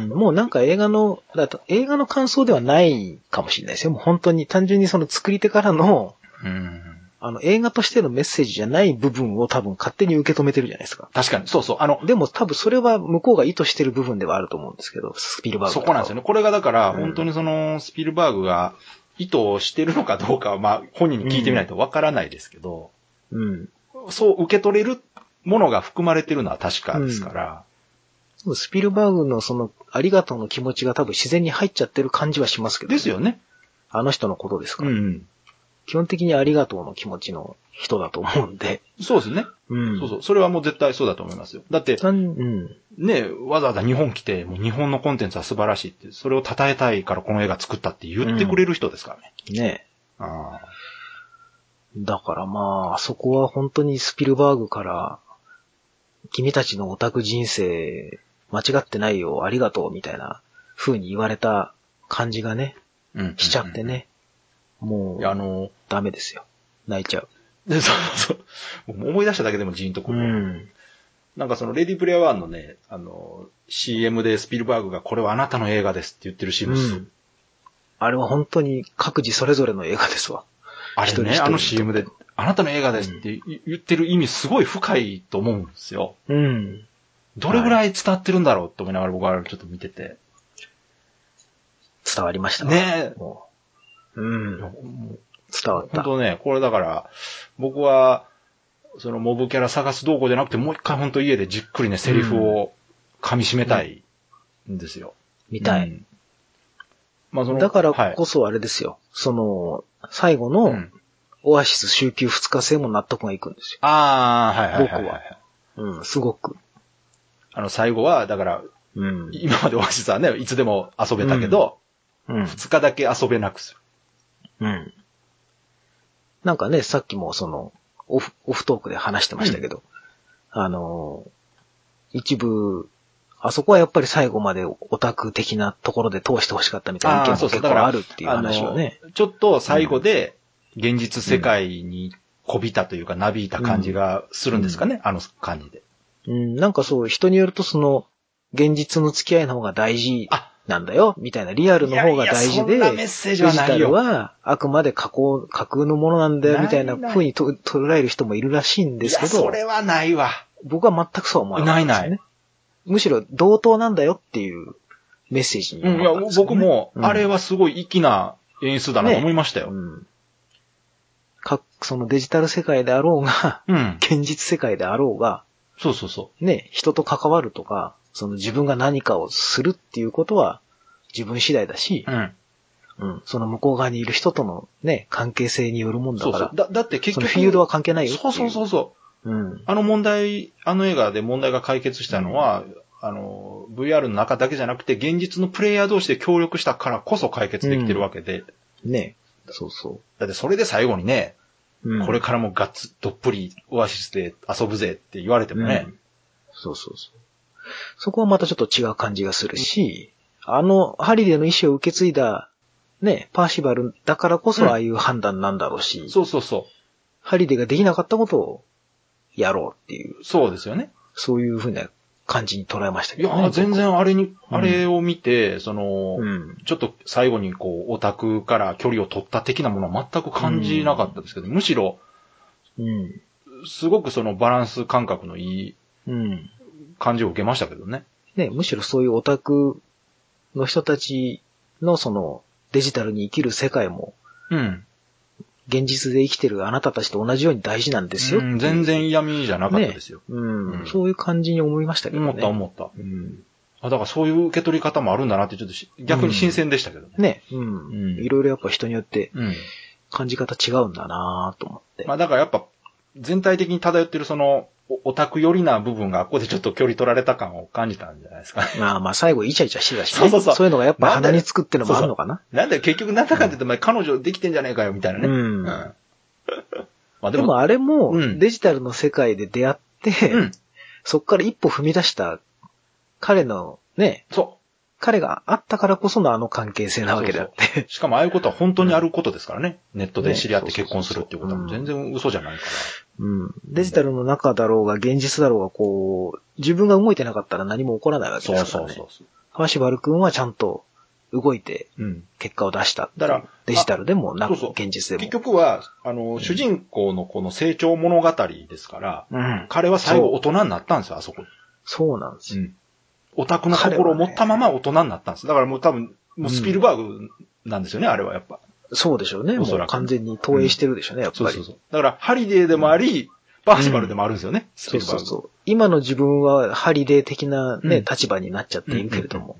うんもうなんか映画の、だと映画の感想ではないかもしれないですよ。もう本当に単純にその作り手からの、
う。うん。
あの映画としてのメッセージじゃない部分を多分勝手に受け止めてるじゃないですか。
確かに、そうそう。あの、
でも多分それは向こうが意図してる部分ではあると思うんですけど、スピルバーグ
そこなんですよ
ね。
ね。これがだから、
うん
本当にその、スピルバーグが意図をしてるのかどうかは、まあ、本人に聞いてみないとわからないですけど、
うん。
そう受け取れるものが含まれてるのは確かですから、
でもスピルバーグのその、ありがとうの気持ちが多分自然に入っちゃってる感じはしますけど、
ですよね。
あの人のことですか
う
ら、
ん。
基本的にありがとうの気持ちの人だと思うんで。
そうですね。
うん。
そうそう。それはもう絶対そうだと思いますよ。だって、
なんうん。
ね、わざわざ日本来て、もう日本のコンテンツは素晴らしいって、それを称えたいからこの映画作ったって言ってくれる人ですからね。
ね
ああ
だからまあ、あそこは本当にスピルバーグから、君たちのオタク人生、間違ってないよ、ありがとう、みたいな風に言われた感じがね、
うん
しちゃって。ね。も
いうや、あの、
ダメですよ。泣いちゃう。
で そうそう。もう思い出しただけでもジーンとくる。
ん。
なんかそのレディープレイヤー1のね、あの、CM でスピルバーグがこれはあなたの映画ですって言ってるシーンもす、
あれは本当に各自それぞれの映画ですわ。
あれ
一人一
ね、
人
あの CM で、あなたの映画ですって言ってる意味すごい深いと思うんですよ。
うん。
どれぐらい伝わってるんだろうって思いながら僕はちょっと見てて。
伝わりましたわ
ね
もう。うん
え。。もう
伝わった。
本当ね、これだから、僕は、そのモブキャラ探す動向じゃなくて、もう一回本当家でじっくりね、セリフを噛み締めたいんですよ。
みたい。
うんまあその、
だから
はい
こそあれですよ。その、最後
う
の
ん
オアシス週休2日制も納得がいくんですよ。
ああ、はいはいはい、
僕
は。
はいうん、すごく。
あの、最後は、だから、
うん。
今までオアシスはね、いつでも遊べたけど、
うん。
二日だけ遊べなくする。
うん。なんかね、さっきもその、オフ、オフトークで話してましたけど、あのー、一部、あそこはやっぱり最後までオタク的なところで通してほしかったみたいな意見
あ
も
ーそうそ
結
うだか
構
ら
あるっていう話をね。
ちょっと最後で、現実世界にこびたというか、なびいた感じがするんですかね、あの感じで。
うん、なんかそう、人によるとその、現実の付き合いの方が大事
あ
なんだよ、みたいな、リアルの方が大事で、
いやいやそんなメッセージ
デ
は
ジ
な
タ
い
ル
よ。
はあくまで加工、架空のものなんだよ、みたいな
ないない
風にと捉える人もいるらしいんですけ
いやそ
ど、
れはないわ。
僕は全くそうは思わなかったですね。
ない
むしろ同等なんだよっていうメッセージに、
うん、いや、僕も、
うん
あれはすごい粋な演出だなと思いました
う
よ。
ん。か、そのデジタル世界であろうが、
うん。
現実世界であろうが、
そうそうそ
ね、人と関わるとか、その自分が何かをするっていうことは自分次第だし
う。、うん。
うん。その向こう側にいる人とのね、関係性によるもんだ
そう
か
そう
ら。、
だ、だって結
そ
局、
のフィールドは関係ないよって
そ
いう
そうそうそう。
う。うん。
あの問題、あの映画で問題が解決したのは、あの、VR の中だけじゃなくて、現実のプレイヤー同士で協力したからこそ解決できてるわけで、
ね。そうそ
だってそれで最後にね、
う。うん、
これからもガッツどっぷりオアシスで遊ぶぜって言われてもね、
うんそうそうそう。そこはまたちょっと違う感じがするし、あの、ハリデーの意思を受け継いだ、ね、パーシバルだからこそああいう判断なんだろうし、
そうそうそ
ハリデーができなかったことをやろうっていう、
う、そうですよね。
そういうふうな感じに捉えました
い
けど、ね。
や、全然あれに、
うん
あれを見て、その、
僕は。うん。
ちょっと最後にこう、オタクから距離を取った的なものは全く感じなかったですけど、むしろ、
うん。
すごくそのバランス感覚のいい
うん。
感じを受けましたけどね。
ね、むしろそういうオタクの人たちのそのデジタルに生きる世界も、
うん。
現実で生きてるあなたたちと同じように大事なんですよ。
うん全然嫌味じゃなかったですよ。
うん、
うん
そういう感じに思いましたけどね。
思った思った。
うん。
あ、だからそういう受け取り方もあるんだなって、ちょっとし逆に新鮮でしたけどね。
ね、うん、
うん
いろいろやっぱ人によって
うん。
感じ方違うんだなぁと思って。
まあだからやっぱ、全体的に漂ってるその、おオタク寄りな部分が、ここでちょっと距離取られた感を感じたんじゃないですかね。
まあまあ最後イチャイチャしてたし、ね、
そうそうそう
いうのがやっぱ鼻につくってのもあるのかな。
なんだよ、結局なんだかんだ言って、お前彼女できてんじゃねえかよ、みたいなね。
うん
うんまあで
でも
も、
あれも
うん
デジタルの世界で出会って、
うん。
そこから一歩踏み出した彼のね、
そ
彼があったからこそのあの関係性なわけであって。
う。しかもああいうことは本当にあることですからね。ネットで知り合って
ねそう
結
そうそう
婚するっていうことはもう全然嘘じゃないから。
うん。デジタルの中だろうが現実だろうがこう、自分が動いてなかったら何も起こらないわけ
そ
で
う
すか
そ
ら
う
ね
そ。
川島るくんはちゃんと動いて
う。うん。
結果を出した。
だから
デジタルでもな
そ
く
うそう、
現実で
結
も。
局は、あの、
ん
主人公のこの成長物語ですから、
うん。
彼は最後大人になったんですよ、あそこ。
そうなんです
う
よ。
ん。オタクの心を持ったまま大人になったんです。だからもう多分、もうスピルバーグなんですよね、あれはやっぱ。
そうでしょうね。
お
も
そら
う
く
完全に投影してるでしょうね、やっぱり。
そうそうそう。だから、ハリデーでもあり、バーシバルでもあるんですよね、ス
そ
ピ
う
ルバ
そ
ー
う
グ。
そう。今の自分はハリデー的なね、
うん
立場になっちゃっているけれど
うんう
も、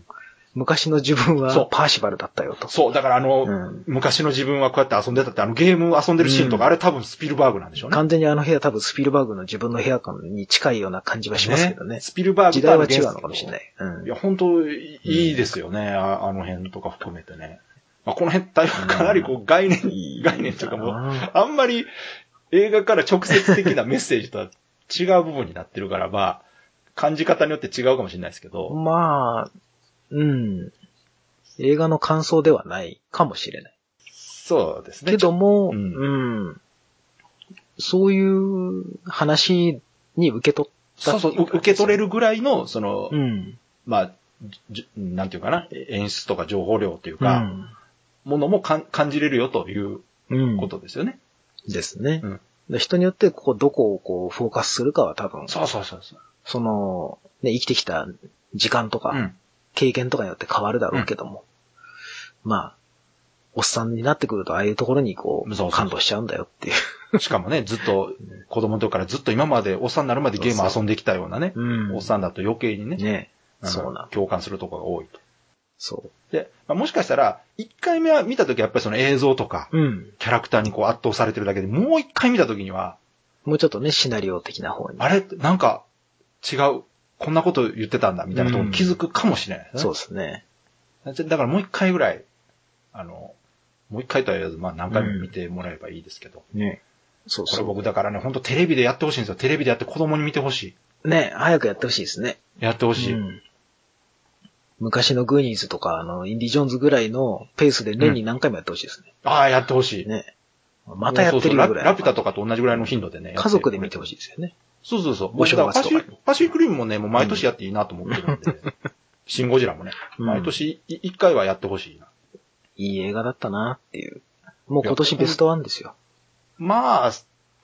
昔の自分
そう
はパーシバルだったよと。
そう、だからあの、
うん
昔の自分はこうやって遊んでたって、あのゲーム遊んでるシーンと
う
か、
ん
あれ多分スピルバーグなんでしょうね。
完全にあの部屋多分スピルバーグの自分の部屋感に近いような感じはしますけどね。
スピルバーグ
時
と
代
あの
は
原
違
作
うのかもしれない。う
い
ん。
や、本当いいですよね、ああの辺とか含めてね。まあ、この辺、台湾かなりこう概念、概念というかもう、
な
あんまり映画から直接的なメッセージとは違う部分になってるから、まあ、感じ方によって違うかもしれないですけど、
まあ、うん。映画の感想ではないかもしれない。
そうですね。
けども、
う
うんん、そういう話に受け取った
そうそう、う受け取れ
る。
るぐらいの、その、
うん。
まあ、じゅなんていうかな、演出とか情報量という
う
か、
ん。
ものもかん感じれるよという
うん
こ。とですよね。
ですね。
うん
で人によって、ここどこをこう、フォーカスするかは多分、
そうそうそうそう。
その、ね、生きてきた時間とか、
うん。
経験とかによって変わるだろうけども、まあ、おっさんになってくると、ああいうところにこ
そうそう
う、
そう
感動しちゃうんだよっていう。
しかもね、ずっと、子供の時からずっと今まで、おっさんになるまでゲーム遊んできたようなね、
うん
おっさんだと余計にね、
ね。
ん
そうなん。
共感するところが多いと。
そ
で、まあ、もしかしたら、一回目は見た時はやっぱりその映像とか、
う。うん。
キャラクターにこう圧倒されてるだけで、もう一回見た時には、
もうちょっとね、シナリオ的な方に。
あれ、なんか、違う、こんなこと言ってたんだ、みたいなところに気づくかもしれないですね。
そうですね。
だだからもう一回ぐらい、あの、もう一回とは言わず、まあ何回も見てもらえばいいですけど。
ね。そう
これ
そ
僕だからね、本当テレビでやってほしいんですよ。テレビでやって子供に見てほし
う。ね、早くやってほしいですね。
い。やってほしい。
うん昔のグーニーズとか、あの、インディ・ジョーンズぐらいのペースで年に何回もやってほしいですね。
ああ、やってほしい。
ね。またやってるよ
そうそう
ぐ
ラ
らい。
ラピュタとかと同じぐらいの頻度でね。
家族で見てほ
い。
しいですよね。
そうそうそう。
お正
パ
月と
シフ
か
ィックパシフィックリムもね、もう毎年やっていいなと思ってるんで。 シンゴジラもね。
うん
毎年い一回はやってほしいな。
いい映画だったなっていう。もう今年ベストワンですよ。
まあ、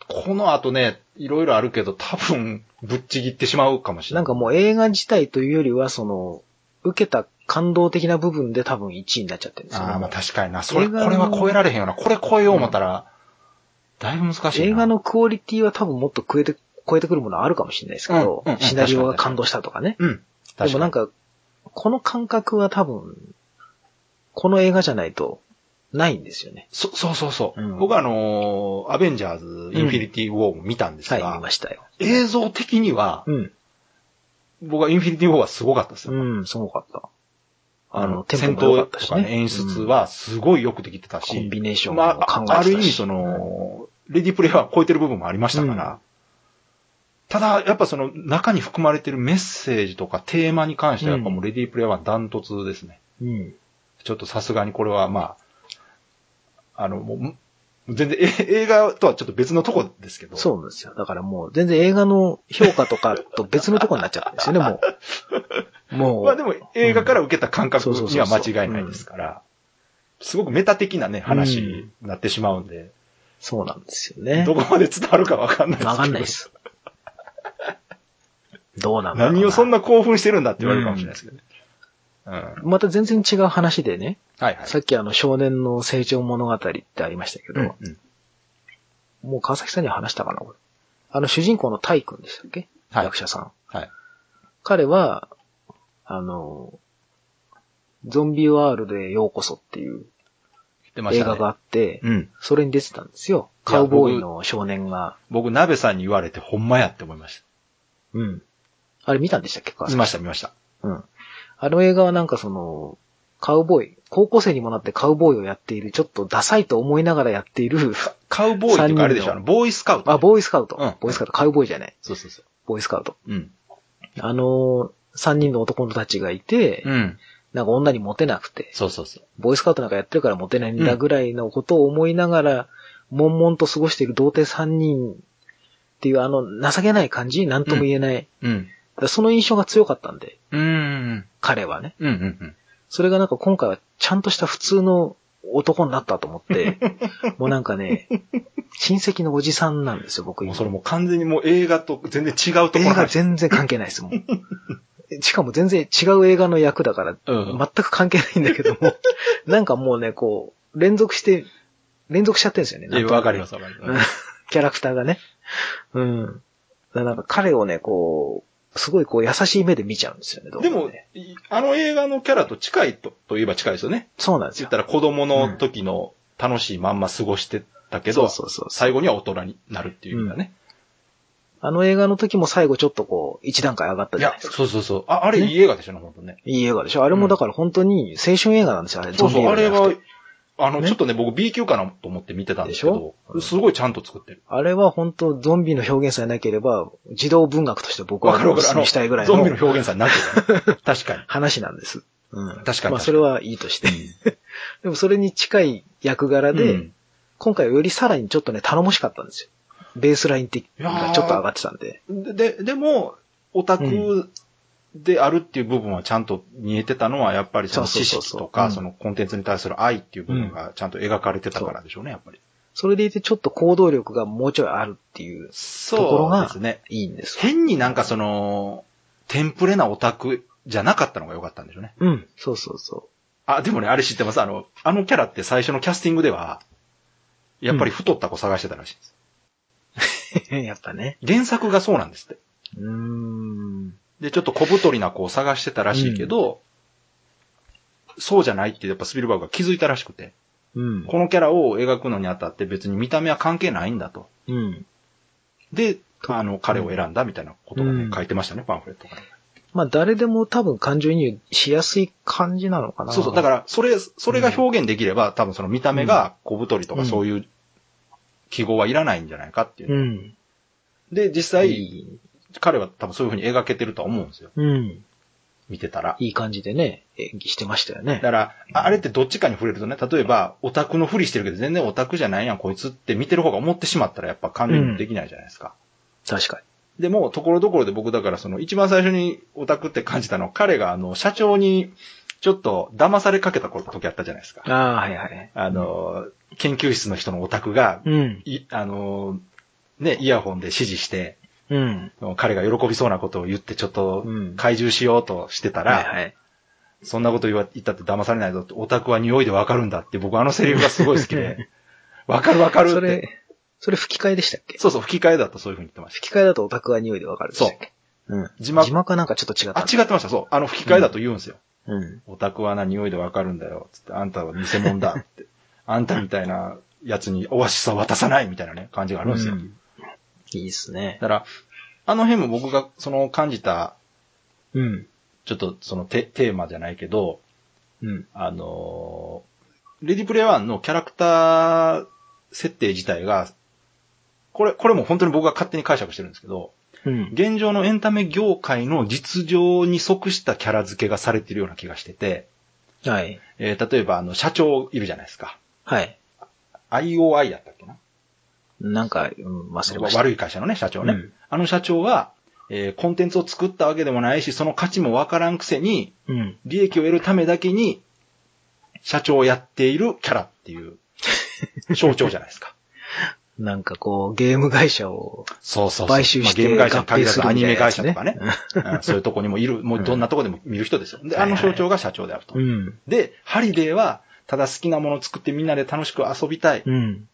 この後ね、いろいろあるけど、多分、ぶっちぎってしまうかもしれ
な
な。
いんかも
う、
う映画自体というよりは、その、受けた感動的な部分で多分1位になっちゃってるんですよね
ああ、まあ確かにな。それ、
映
こ
画の
れは超えられへんよな。これ超えよう思ったら、だいぶ難しいな。
映画のクオリティは多分もっと超えて、超えてくるものはあるかもしれないですけど、
うんうんうん
シナリオが感動したとかね。
うん。
でもなん
か、
か、この感覚は多分、この映画じゃないとないんですよね。
そ、そうそうそう。
うん
僕はあのーアベンジャーズ、インフィニティ・ウォーも見たんです
はい、
が、
見ましたよ。
映像的には、
うん。
僕はインフィニティ・ウォーはすごかったですよ。
うん、すごかった。
あの、
テン
戦
ポも良か
闘
った
と
し
か
ね
ね、演出はすごいよくできてた
コ
し、
ンビネーション
ま
も考えてたし
あ、あある意味そ、の、レディープレイヤーを超えてる部分もありましたから、
う
ただ、やっぱその中に含まれてるメッセージとかテーマに関しては、やっぱもうレディープレイヤーはダントツですね。
うん。
ちょっとさすがにこれはまあ、あの、もうむ、全然え映画とはちょっと別のとこですけど、
そうなんですよ。だからもう、全然映画の評価とかと別のとこになっちゃったんですよね、もう。 もう。
まあでも映画から受けた感覚
うんそうそう
に
そ
は
うそう
間違いないですから、すごくメタ的なね、話になってしまうんで、
そうなんですよね。
どこまで伝わるかわかんないですけど。
わかんないで。す。どうなんだろう
何をそん
な。
な興奮してるんだって言われるかもしれないですけどね。うん。はい
また全然違う話でね、
はい。
さっきあの少年の成長物語ってありましたけど、
うんうん
もう川崎さんには話したかな、これ。あの主人公のタイ君でしたっけ、
はい
役者さん。
はい。
彼は、あの、ゾンビワールドへようこそっていう
出まし
映
たね
画があって、
うん。
それに出てたんですよ。
いや
カウボーイの少年が。
僕、鍋さんに言われてほんまやって思いまし
うん。あれ見たんでしたっけ川
た。
崎さ
見
ん
ました、見ました。
うん。あの映画はなんかその、カウボーイ、高校生にもなってカウボーイをやっている、ちょっとダサいと思いながらやってい る、
カウボーイっていうかあれでしょ、あの、ボーイスカウト。
あ、ボーイスカウト、
うん
ボーイスカウト、カウボーイじゃない。
そうそうそ
ボーイスカウト。
う。うん。
あのー、三人の男のたちがいて、
うん。
なんか女にモテなくて、
そうそうそう。
ボーイスカウトなんかやってるからモテないんだぐらいのことを思いながら、悶々と過ごしている童貞三人っていうあの、情けない感じなんとも言えない。だ
うん。
からその印象が強かったんで、
うん。うん。
彼はね。
うん。うん。
それがなんか今回はちゃんとした普通の男になったと思 って、もうなんかね、親戚のおじさんなんですよ、僕
も
今
う。それもう完全にもう映画と全然違うとこ
映
ろの
画
話
全然関係ないです、も う。しかも全然違う映画の役だから、
うん
全く関係ないんだけど も、なんかもうね、こう、連続して、連続しちゃってるんですよね。。
いやわかりますす、わかり
うん
ます。
キャラクターがね。うん。だからなんか彼をね、こう、すごいこう優しい目で見ちゃうんですよね、どう
で
ね
も、いあの映画のキャラと近いと、といえば近いですよね。
そうなんです
言
よ。
ったら子供の時の楽しいまんま過ごしてたけど、
そうそうそうそう。
最後には大人になるっていう意味だね。
あの映画の時も最後ちょっとこう、一段階上がった
い
じゃ
や
ない、ですか。
そうそうそう。あ、あれいい映画でしょ、ね、本当ね。
いい映画でしょあれもだから本当に青春映画なんですよ、あれ。
そうそう、
ゾ
あ
ンビ
れ
映画じゃな
は
くて、
あの、
ね
ちょっとね、僕 B 級かなと思って見てたんですけ
でし
ど
ょうん、
すごいちゃんと作ってる。
あれは本当ゾンビの表現さえなければ、児童文学として僕は
わかるわ
お
かる。あ
勧め
の、
したいぐらい
ゾンビ
の
の表現さなくてね。確かに。
話なんです。うん。
確かに
まあそれはいいとして。 でもそれに近い役柄
う
で
ん、
今回はよりさらにちょっとね、頼もしかったんですよ。ベースライン的がちょっと上がってたんで。
で、ででも、オタクであるっていう部分はちゃんと見えてたのは、やっぱりその
そう
知
そう
識
そう
と
う
か、
ん
そのコンテンツに対する愛っていう部分がちゃんと描かれてたからでしょうね、やっぱり。
それでいてちょっと行動力がもうちょいあるっていう、ところ
そう
が
ですね。
いいんです。
変になんかその、テンプレなオタクじゃなかったのが良かったんでしょうね。
うん。そうそうそう。
あ、でもね、あれ知ってますあの、あのキャラって最初のキャスティングでは、やっぱり太った子探してたらしいです。
やっぱね。
原作がそうなんですって。
うーん。
で、ちょっと小太りな子を探してたらしいけど、そうじゃないってやっぱスピルバーグが気づいたらしくて、
うん。
このキャラを描くのにあたって別に見た目は関係ないんだと。
うん。
で、あの、彼を選んだみたいなことがね、
うん
書いてましたね、パンフレットが、ね。
まあ、誰でも多分感情移入しやすい感じなのかな。、
そうそう。だからら、それ、それが表現できれば、多分その見た目が小太りとかそういう記号はいらないんじゃないかっていう。
うん。
で、実際、
い。
彼は多分そういう風に描けてるとは思うんですよ。
うん。
見てたら。
いい感じでね、演技してましたよね
だ。から、ああれってどっちかに触れるとね、例えば、オタクのふりしてるけど全然オタクじゃないやん、こいつって見てる方が思ってしまったらやっぱ完全にできないじゃないですか。
確か
でも、ところどころで僕だからその一番最初にオタクって感じたのは、彼があの、社長にちょっと騙されかけた時あったじゃないですか
に。。ああ、はいはい。
あの、研究室の人のオタクが、
うん。
い、あの、ね、イヤホンで指示して、
うん。
彼が喜びそうなことを言ってちょっと
うん
怪獣しようとしてたら、
はいはい。
そんなこと言わ言ったって騙されないぞって、オタクは匂いでわかるんだって、僕あのセリフがすごい好 きで、わかるわかるっ
そ
て。
れ、それ吹き替えでしたっけ
そうそう、吹き替えだとそういう風に言ってました。
吹き替えだとオタクは匂いでわかるでしたっけうん。
字
字
幕
幕はなんかちょっと違った
あ、
んだ。
違ってました。そう。あの吹き替えだと言うんですよ。
うん。
オタクはな、匂いでわかるんだよ。つって、あんたは偽物だ。って。あんたみたいなやつにオアシスは渡さないみたいなね、感じがあるんですよ。
うんいいですね。
だから、あの辺も僕がその感じた、
うん。
ちょっとそのテテーマじゃないけど、
うん。
あのーレディプレイワンのキャラクター設定自体が、これ、これも本当に僕が勝手に解釈してるんですけど、
うん。
現状のエンタメ業界の実情に即したキャラ付けがされてるような気がしてて、
はい。
えー例えばあの、社長いるじゃないですか。
はい。
IOI やったっけな
なんか、うん、忘れました。
悪い会社のね、社長ね。
うん
あの社長は、えーコンテンツを作ったわけでもないし、その価値もわからんくせに、
うん。
利益を得るためだけに、社長をやっているキャラっていう、象徴じゃないですか。
なんかこう、ゲーム会社を
そうそうそう。
買収して
まあゲーム会社
合
に限
併
ら
す
ず
る
ア
み
ニ
た
メ
いなや
会
つね
社とかね。うんそういうとこにもいる、もうどんなとこでも見る人ですよ。で、あの象徴が社長であると
う。ん。
で、ハリデーは、ただ好きなものを作ってみんなで楽しく遊びたい。
うん。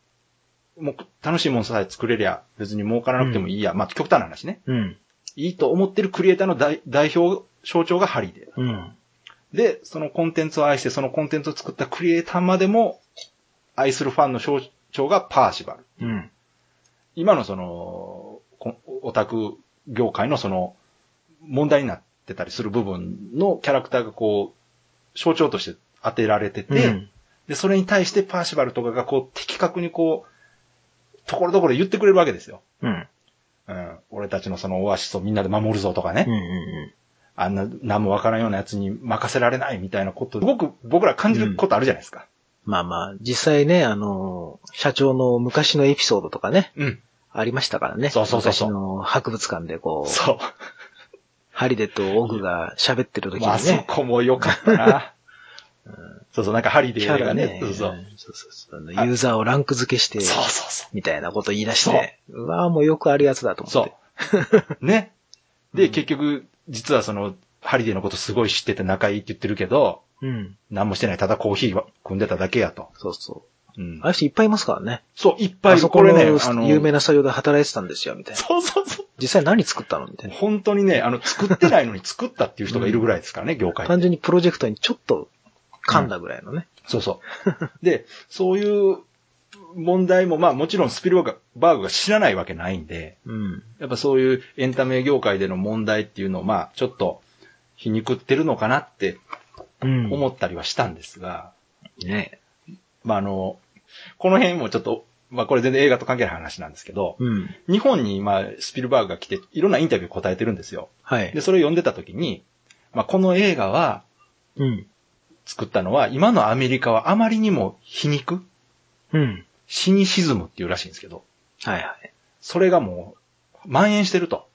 もう楽しいものさえ作れりゃ別に儲からなくてもいいや。まあ極端な話ね。
うん。
いいと思ってるクリエイターの代代表、象徴がハリーで。
うん。
で、そのコンテンツを愛して、そのコンテンツを作ったクリエイターまでも、愛するファンの象徴がパーシバル。
うん。
今のその、こオタク業界のその、問題になってたりする部分のキャラクターがこう、象徴として当てられてて、
うん
で、それに対してパーシバルとかがこう、的確にこう、ところどころ言ってくれるわけですよ。
うん。
うん。俺たちのそのオアシスをみんなで守るぞとかね。
うん。うん。
あんな、何もわからんようなやつに任せられないみたいなこと、すごく僕ら感じることあるじゃないですか。
まあまあ、実際ね、あの、社長の昔のエピソードとかね、
うん。
ありましたからね。
そうそうそうそう
昔の博物館でこう、
そう。
ハリデとオグが喋ってる時に
まあ、そ
ね、
こも良かった な。そうそう、なんかハリ
キ
デ
ャ
ー
ラ
が
ね
ね、そうそう
う。んそうそうそうあのユーザーをランク付けして、
そうそうそ
みたいなこと言い出して、うわぁ、もうよくあるやつだと
う。
思っ
そ
て。
う。ね。
う
で、
ん
結局、実はその、ハリデーのことすごい知ってて仲いいって言ってるけど、
う。うん。
何もしてない、ただコーヒーは組んでただけやと。
そうそう。
うん
あ。の人いっぱいいますからね。
そう、いっぱ
あ
い、
そこ
こ
の
れね、あの、
有名な作業で働いてたんですよ、みたいな。
そうそうそう。
実際何作ったのみたいな。
本当にね、あの、作ってないのに作ったっていう人がいるぐらいですからね、業界って
単純にプロジェクトにちょっと噛んだぐらいのね。
そうそう。で、そういう問題も、まあもちろんスピルバーグバーグが知らないわけないんで、
うん。
やっぱそういうエンタメ業界での問題っていうのを、まあちょっと皮肉ってるのかなって
うん。
思ったりはしたんですが、
ね。
まああの、この辺もちょっと、まあこれ全然映画と関係ない話なんですけど、
うん。
日本に今スピルバーグが来ていろんなインタビュー答えてるんですよ。
はい
で、。それを読んでた時に、まあこの映画は
うん。
作ったのは今のアメリカはあまりにも皮肉
うん。
シニシズムっていうらしいんですけど、
はいはい。
それがもう、蔓延してると。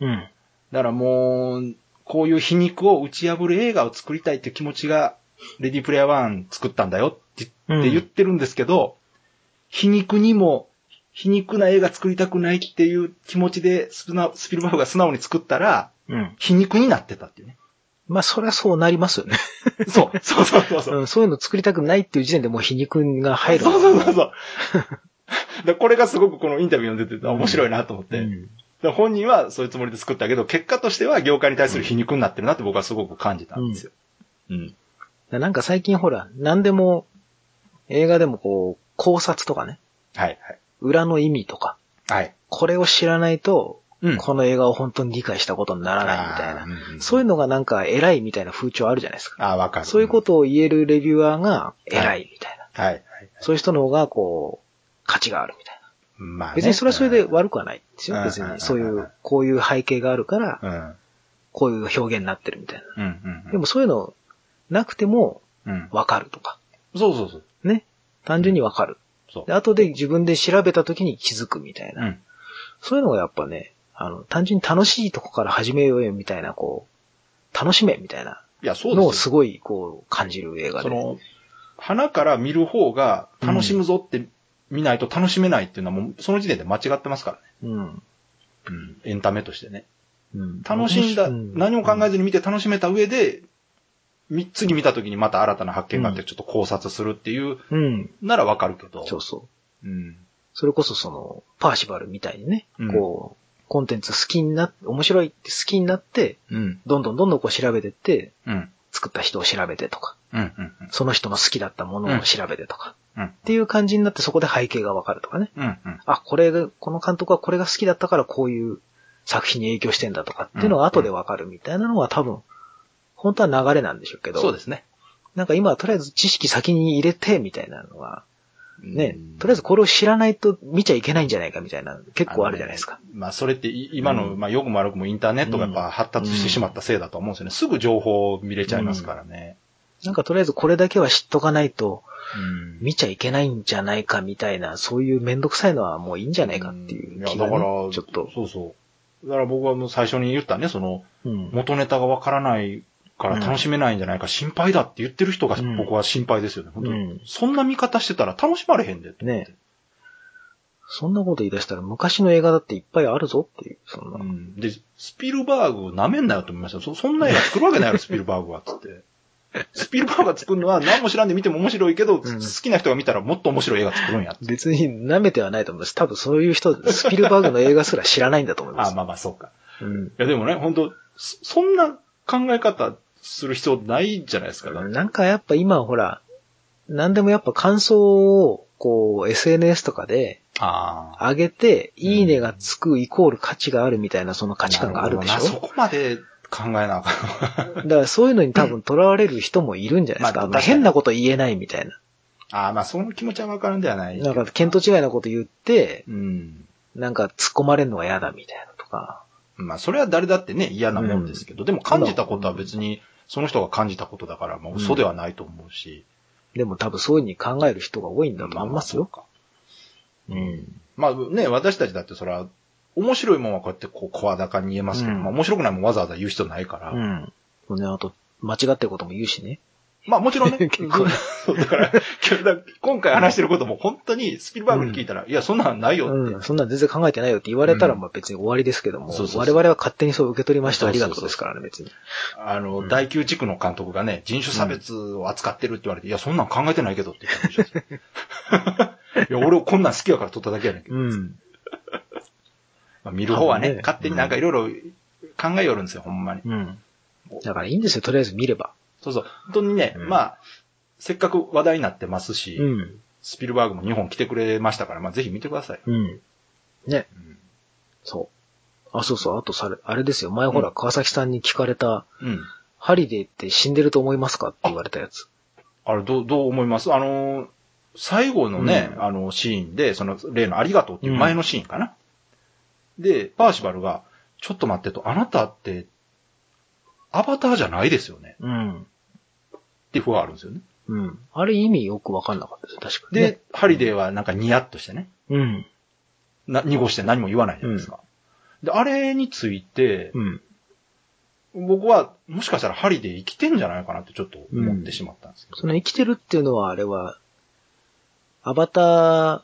うん。
だからもう、こういう皮肉を打ち破る映画を作りたいっていう気持ちが、レディープレイヤー1作ったんだよって
うん
って言ってるんですけど、皮肉にも、皮肉な映画作りたくないっていう気持ちでスナスピルバーグが素直に作ったら、
うん。
皮肉になってたっていうね。
まあ、そりゃそうなりますよね。
そう、そうそうそうそう。
うん、そういうの作りたくないっていう時点でもう皮肉が入る。
そうそうそうそう。だ からこれがすごくこのインタビュー読んでて面白いなと思って。
うん
だから本人はそういうつもりで作ったけど、結果としては業界に対する皮肉になってるなって僕はすごく感じたんですよ。うん。
なんか最近ほら、何でも、映画でもこう、考察とかね、
はい、はい。
裏の意味とか、
はい。
これを知らないと、
うん
この映画を本当に理解したことにならないみたいな。
な
そういうの
の。
がなんか偉いみたいな風潮あるじゃないですか。
あーわかる。
そういうことを言えるレビュアーが偉いみたいな。
と。はい。はい
そういう人の方がこう、価値があるみたい
まあ、
な。
ね。
別にそれはそれで悪くはないんです
う
よ。
ん
別
う
に。
ん
そういう、こういう背景があるから、
うん。うん。
こういう表現になってるみたいな。
うん。うん。
でもそういうのなくても
うん。
わかるとか。
そうそうそう。
ね。単純にわかる。
そう
で、。後で自分で調べた時に気づくみたいうな。
ん。
そういうのがやっぱね、あの、単純に楽しいとこから始めようよみたいな、こう、楽しめみたいない
や、そう
のを
です
す
よ。
ごいこう感じる映画
そ
で。
の、花から見る方が楽しむぞって見ないと楽しめないっていうのはもうその時点で間違ってますからね。
うん。
うん。エンタメとしてね。
うん
楽しんだ、
う
何も考えずに見て楽しめた上で、み次見た時にまた新たな発見があってちょっと考察するっていう
うん。
ならわかるけど。
そうそう。
うん。
それこそその、パーシバルみたいにね、
うん
こう、コンテンツ好きになって、面白いって好きになって、
うん。
どんどんどんどんこう調べてって、
うん。
作った人を調べてとか、
うん。うん。
その人の好きだったものを調べてとか、
うん。
ていう感じになってそこで背景がわかるとかね。
うん。うん。
あ、これが、この監督はこれが好きだったからこういう作品に影響してんだとかっていうのが後でわかるみたいなのは多分、本当は流れなんでしょうけど。
そうですね。
なんか今はとりあえず知識先に入れてみたいなのが、ね
うん、
とりあえずこれを知らないと見ちゃいけないんじゃないかみたいな、結構あるじゃないですか。
まあ、それってい、今の、
うん
まあ、良くも悪くもインターネットがやっぱ発達してしまったせいだと思うんですよね。すぐ情報見れちゃいますからね。
なんかとりあえずこれだけは知っとかないと
うん
見ちゃいけないんじゃないかみたいな、そういうめんどくさいのはもういいんじゃないかっていう気が、ね、
やだから、
ちょっと。
そうそう。だから僕はもう最初に言ったね、その、
うん。
元ネタがわからないから楽しめないんじゃないか、心配だって言ってる人が
うん
僕は心配ですよね、本当に。
うん
そんな見方してたら楽しまれへんでって。
ねそんなこと言い出したら昔の映画だっていっぱいあるぞっていう、そんな。
うんで、スピルバーグを舐めんなよと思いましたよそそんな映画作るわけ ないやろ、スピルバーグは、つって。スピルバーグが作るのは何も知らんで見ても面白いけど、
ん
好きな人が見たらもっと面白い映画作るんやって。
別に舐めてはないと思うし、多分そういう人、スピルバーグの映画すら知らないんだと思いま
あ
す。
まあまあ、そうか。
うん。
いや、でもね、本当そそんな考え方する必要ないじゃないですか。だって
なんかやっぱ今ほら、何でもやっぱ感想を、こう、SNS とかで
あ
上げて、いいねがつくイコール価値があるみたいな、その価値観があるでし
なほどなそ
ょ
こまで考えなあかん。
だからそういうのに多分囚われる人もいるんじゃないですか。
まあ
あの
確かに
変なこと言えないみたいな。
ああ、まあ、その気持ちはわかるんではない。
なんか、見当違いなこと言って、
うん。
なんか突っ込まれるのが嫌だみたいなとか。
まあ、それは誰だってね、嫌なもんですけど、でも感じたことは別に、その人が感じたことだから、まあ、嘘ではないと思うし。
でも多分そういうふうに考える人が多いんだと
まあ
思いますよ。。
まあそう
う
か
ん。
まあ、ね、私たちだってそれは、面白いもんはこうやってこう、声高に言えますけど、
うん
まあ、面白くないもんわざわざ言う必要ないから、
うん。もうね、あと、間違ってることも言うしね。
まあ、も ちろんね、
結構
そうだから、 今回話してることも本当にスピルバーグに聞いたら、いや、そんなんないよって。
うん、そんなん全然考えてないよって言われたら、
うん
まあ別に終わりですけども、
そうそうそう
我々は勝手にそう受け取りました、
そ
あ
うそ
り
うそう
がとうですからね、別に。
あの、
ん
第9地区の監督がね、人種差別を扱ってるって言われて、いや、そんなん考えてないけどって言ったんでし ょ。いや、俺こんなん好きやから撮っただけやねんけど。
うん。
まあ、見る方は
多
ね
分ね、
勝手になんかいろいろ考えよるんですよ、ほんまに。
うん。だからいいんですよ、とりあえず見れば。
そうそう。本当にね、
うん
まあ、せっかく話題になってますし、
うん。
スピルバーグも日本来てくれましたから、まあ、ぜひ見てください。
うん。ね、そう。あ、そうそう、あとされ、あれですよ、前ほら、川崎さんに聞かれた、
うん。
ハリデーって死んでると思いますかって言われたやつ。
あれ、どう、どう思いますあのー最後のね、
うん
あの、シーンで、その、例のありがとうっていう前のシーンかな。で、パーシバルが、ちょっと待ってと、あなたって、アバターじゃないですよね。
うん。
っていう不安あるんですよね。
うん。あれ意味よくわかんなかったです、確かに、
で、
ね。
ハリデーはなんかニヤッとしてね、
うん。
な、濁して何も言わないじゃないですか。で、あれについて、
うん。
僕は、もしかしたらハリデー生きてんじゃないかなってちょっと思ってしまったんですけど。
その生きてるっていうのは、あれは、アバター、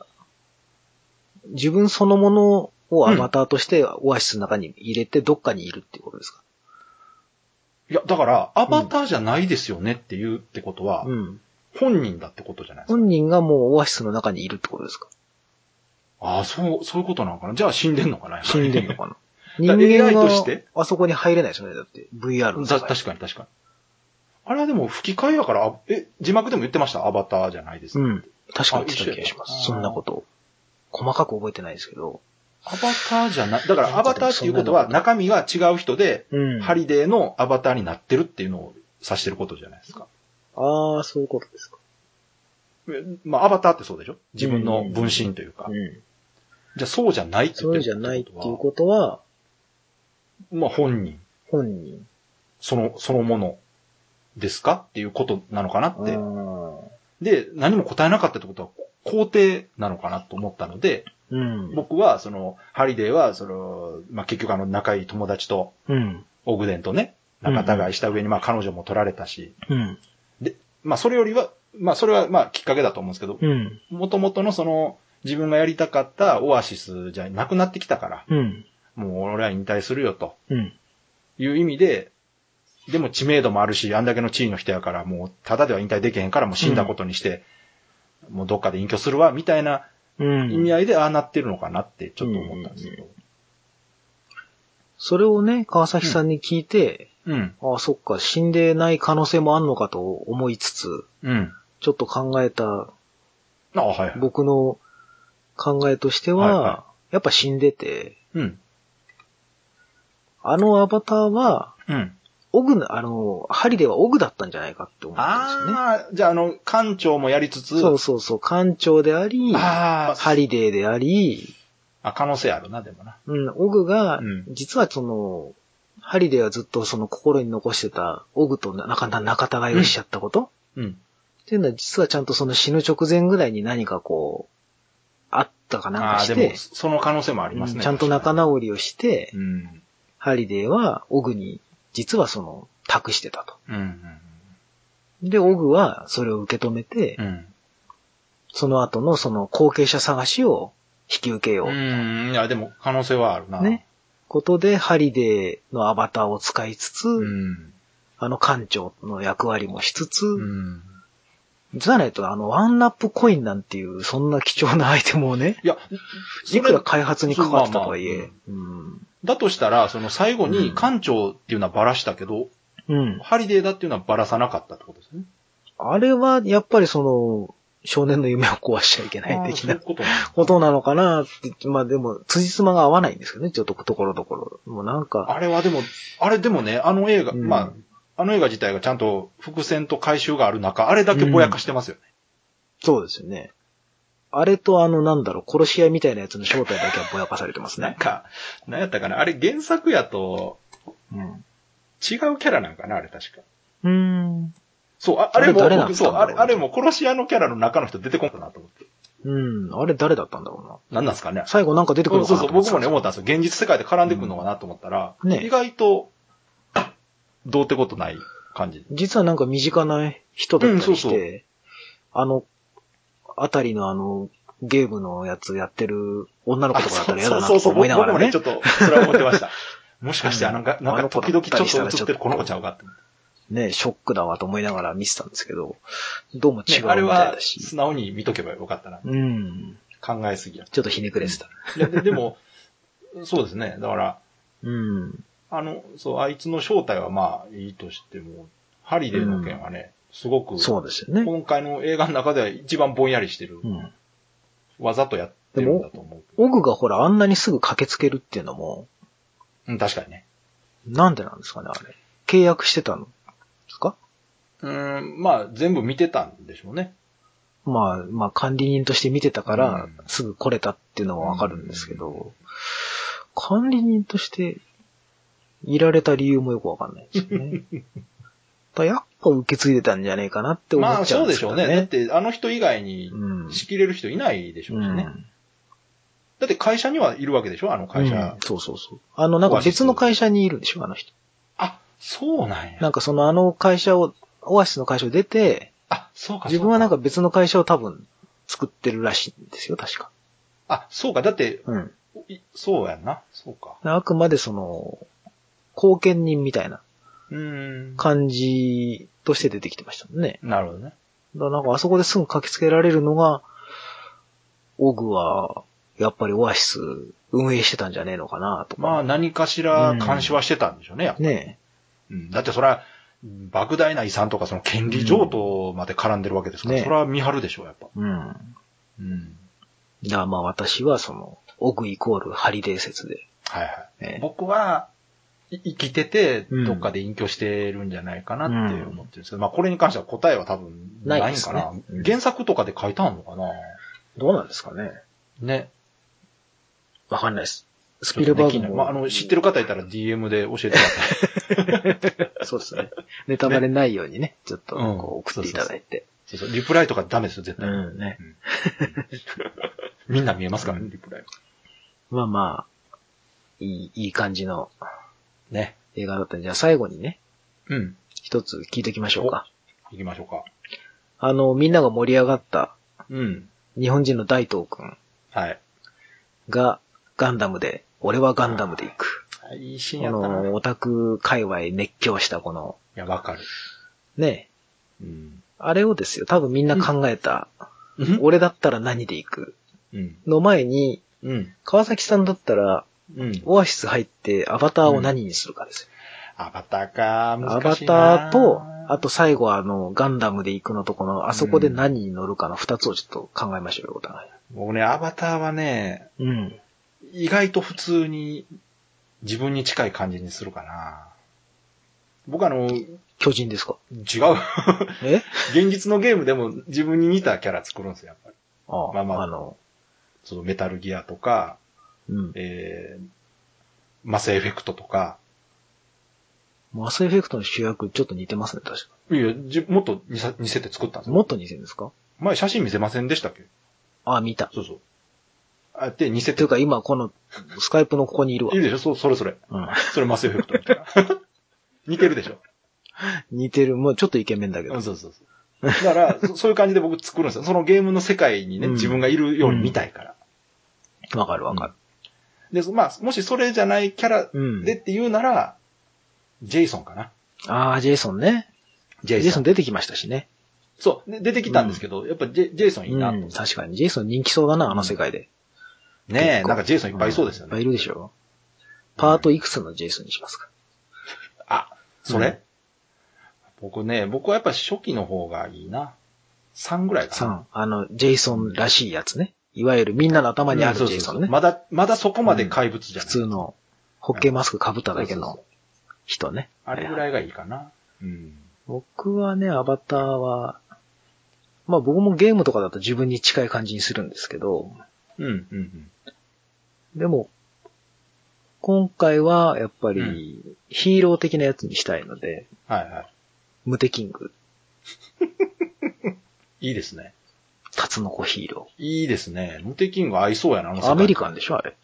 自分そのものをアバターとしてオアシスの中に入れてどっかにいるっていうことですか、
いや、だから、アバターじゃないですよねっていうってことは、
うん。
本人だってことじゃないですか。
本人がもうオアシスの中にいるってことですか
ああ、そう、そういうことなのかな。じゃあ死んでんのかな、やっぱ
死
り
んでん のかな
だ
人
から
間
AI
が
として
あそこに入れないですよね、だって。VR の世
た
界
確かに確かに。あれはでも吹き替えやから、あえ、字幕でも言ってましたアバターじゃないです。
うん。確かに言って
あ一緒
た
や
気がしま
あー
す。そんなことを。細かく覚えてないですけど。
アバターじゃない。だからアバターっていうことは
な
中身が違う人で、
うん
ハリデーのアバターになってるっていうのを指してることじゃないですか。
ああ、そういうことですか。
えまあ、アバターってそうでしょ自分の分身というか。
うん。
じゃあそうじゃないって言
そ
っ
う
てる
じゃないっていう
は
ことは、
まあ本人、
本人。
その、そのものですかっていうことなのかな
あ
って。
ー
で、何も答えなかったってことは肯定なのかなと思ったので、
うん。
僕は、その、ハリデーは、その、まあ、結局あの、仲いい友達と、
うん。
オグデンとね、仲違いした上に、まあ、彼女も取られたし、
うん。
まあ、それよりは、まあ、それは、まあ、きっかけだと思うんですけど、
うん。
元々のその、自分がやりたかったオアシスじゃなくなってきたから、
うん。
もう俺は引退するよと
うん。
いう意味で、でも知名度もあるし、あんだけの地位の人やから、もう、ただでは引退できへんから、もう死んだことにして、もうどっかで隠居するわ、みたいな
うん。
意味合いで、ああなってるのかなって、ちょっと思ったんですけど。
それをね、川崎さんに聞いて、
うん。
ああ、そっか、死んでない可能性もあんのかと思いつつ、
うん。
ちょっと考えた
あ、はいはい。
僕の考えとして
はい
は、
は
やっぱ死んでて、
うん。
あのアバターは、
うん。
オグな、あの、針ではオグだったんじゃないかって思ったんですよね。
ああ、じゃあ、あの、館長もやりつつ、
そうそうそう、艦長であり、
ああ、
ハリデーであり、
あ、可能性あるな、でもな。
うん、オグが
うん、
実はその、ハリデーはずっとその心に残してた、オグとななかなか仲違いをしちゃったこと、
うん。
っていうのは実はちゃんとその死ぬ直前ぐらいに何かこう、あったかなん
あ
か
あー、
し
でも、
て、
その可能性もあります
うん
ね。
ちゃんと仲直りをして、
うん。うん。
ハリデーはオグに実はその託してたと。
うん。
で、オグはそれを受け止めて、
うん。
その後のその後継者探しを引き受けよう。
うん。いや、でも、可能性はあるな。
ね。ことで、ハリデーのアバターを使いつつ、
うん。
あの艦長の役割もしつつ、
うん。
じゃないとあのワンナップコインなんていう、そんな貴重なアイテムをね、
いや、そ
い
れ
くら開発にかかってたとはい
まあ
え
ま、
うん。
だとしたら、その最後
う
に
ん
館長っていうのはバラしたけど、
うん。
ハリデーだっていうのはバラさなかったってことですね。
あれは、やっぱりその、少年の夢を壊しちゃいけない的
そうい
な
うことなんだ
ことなのかなって、まあでも、辻褄が合わないんですけどね、ちょっとところどころ。もうなんか、
あれはでも、あれでもね、あの映画、
うん
まあ、あの映画自体がちゃんと伏線と回収がある中、あれだけぼやかしてますよね。
そうですよね。あれとあの、なんだろう、殺し合いみたいなやつの正体だけはぼやかされてます
なん
ね。
か、なんやったかな、あれ原作やと
うん。
違うキャラなんかな、あれ確か。
うん。
そう、ああれ
あ
も
れ誰なん
僕
です
そ
か
う、あれ、あれも殺し屋のキャラの中の人出てこんかなと思って。
うん。あれ誰だったんだろうな。
なんなんですかね。
最後なんか出てくる
そ
の
う
か
そ
な
う
と
そう、
思って
僕
た
も
ん
ね、
ですよ
思ったんですよ。現実世界で絡んでくるのかなと思ったら、
ね
意外と、どうってことない感じ。
実はなんか身近な人だったりして、
うんそう
あの、あたりのあの、ゲームのやつやってる女の子とかだったら嫌だな
そう
とか
そうそう、
思いなが
僕
ら
も
ね。
ね、ちょっと、それは思ってました。 もしかして、
うん
あ の、なんか、
あの子
時
だっ
々
た
ちょ
り
っ
したら
と映ってるこの子ちゃうかって。
ね、ショックだわと思いながら見てたんですけど、どうも違
ね
うみ
あ
た
れ
い
は
だ、し。
素直に見とけばよかったな。
うん。
考え すぎや。
ちょっとひねくれてた。
いや、ででも、そうですね。だから、
うん。
あの、そう、あいつの正体はまあ、いいとしても、ハリデーの件はね、すごく、
そうですよね。
今回の映画の中では一番ぼんやりしてる。
うん。
わざとやってるんだと思うけど。
オグがほらあんなにすぐ駆けつけるっていうのも、
うん、確かにね。
なんでなんですかね、あれ。契約してたんですか
うん、まあ、全部見てたんでしょうね。
まあ、まあ管理人として見てたか
う
ら
ん、
すぐ来れたっていうのはわかるんですけ
う
ど、管理人としていられた理由もよくわかんないですよ ね。だからやっぱ受け継いでたんじゃねえかなって思
ま
っ
あ、
ちゃ
そううんで
で
し
す
ょ
よ
う
ね。
ね。だって、あの人以外に
うん。
仕切れる人いないでしょうしね。
うん
だって会社にはいるわけでしょあの会社。
うんそうそうそう。あの、なんか別の会社にいるんでしょあの人。
あ、そうなんや。
なんかそのあの会社を、オアシスの会社を出て、
あ、そうか。
自分はなん
か。
か別の会社を多分作ってるらしいんですよ、確か。
あ、そうか。だって、
うん。
いそうやんな。そうか。
あくまでその、貢献人みたいな
うーん。
感じとして出てきてましたもんね。
なるほどね。
だからなんかあそこですぐ駆けつけられるのが、オグは、やっぱりオアシス運営してたんじゃねえのかなとか。
まあ、何かしら監視はしてたんでしょうね。やっぱ
ね
うんだって、それは、莫大な遺産とか、その権利譲渡まで絡んでるわけですから、
ね
それは見張るでしょう、やっぱ。
え。うん。
うん。
だからまあ私はその、オグイコールハリデー説で。
はいはい。
ね
僕は、い生きてて、
うん
どっかで隠居してるんじゃないかなって思ってるんですけど、まあこれに関しては答えは多分
ない
ない
で
ん
す
か
ね
な。
うん
原作とかで書いてあるのかな
どうなんですかね
ね。
わかんないです。スピルバ
ち
ー
ょっとでき
グ
ない
も。
まあ、あの、知ってる方いたら DM で教えても らって。
そうですね。ネタバレないようにね、ちょっとこう
うん
送っていただいて。
そうそう、リプライとかダメですよ、絶対。
うん、ね。
みんな見えますからね、リプライ。
まあまあ、いい、いい感じの
ね。
映画だったんで、じゃあ最後にね、
うん。
一つ聞いておきましょうか。
行きましょうか。
あの、みんなが盛り上がった
うん。
日本人の大東くん
はい。
がガンダムで、俺はガンダムで行く。
いいシーン
こ
やったな。
の
い
オタク界隈熱狂したこの、
や、わかる。
ね、
うん。
あれをですよ、多分みんな考えた、
うん。
俺だったら何で行く
うん。
の前に、
うん。
川崎さんだったら、
うん。
オアシス入ってアバターを何にするかですよ。
アバターか、
ア
難
バ
しい
タ
な
ーとあと最後はあの、ガンダムで行くのとこの、あそこで何に乗るかの二つをちょっと考えましょうよ、お互い。
僕ね、アバターはね、
うん。
意外と普通に自分に近い感じにするかな。僕あの、違う。
巨人ですかえ
現実のゲームでも自分に似たキャラ作るんですよ、やっぱり。
ああ、
まあまあ
あの、
そのメタルギアとか、
うん。
えー、マスエフェクトとか。
マスエフェクトの主役ちょっと似てますね、確か
いや、じもっと似さ似せて作ったんです
に。も
よ。
っと似てるんですか
前写真見せませんでしたっけ
ああ、見た。
そうそう。あって似せ
とい
て
う、か今この、スカイプのここにいるわ
いい。でしょそう、それそれ。
うん。
それマスエフェクトみたいな。 似てるでしょ
似てる。もうちょっとイケメンだけど。
そうそうそう。だから、そそういう感じで僕作るんですよ。そのゲームの世界にね、
うん
自分がいるように見たいから。
わかるわかる。
で、そまあ、もしそれじゃないキャラ
うん。
でって言うなら、ジェイソンかな。
ああ、ジェイソンね。
ジ
ジ
ェ
ェイソン出てきましたしね。
そう、で出てきたんですけど、やっぱジェジェイソンいいな
う
と。
ん、確かに。ジェイソン人気そうだな、あの世界で。
ねえ、
結構
なんかジェイソンいっぱいいそうですよ
いっぱ
ね。
いいるでしょ。パートいくつのジェイソンにしますか
あ、それ、
うん
僕ね、僕はやっぱ初期の方がいいな。3ぐらいかな。
三あの、ジェイソンらしいやつね。いわゆるみんなの頭にあるジェイソン
う
ね
んそうそうそう。まだ、まだそこまで怪物じゃ
普
ない。
通の、ホッケーマスク被っただけ
そう
の
そうそう
人ね。
あれぐ
はい
らいがいいかな。うん。
僕はね、アバターは、まあ僕もゲームとかだと自分に近い感じにするんですけど、
うん、うん、うん。
でも、今回はやっぱりヒーロー的なやつにしたいので、
はいは
ムテキング、
い。いいですね。
タツノコヒーロ
いいですね。ムテキング合いそうやな、あの世
ー。
界
アメリカンでしょあれ。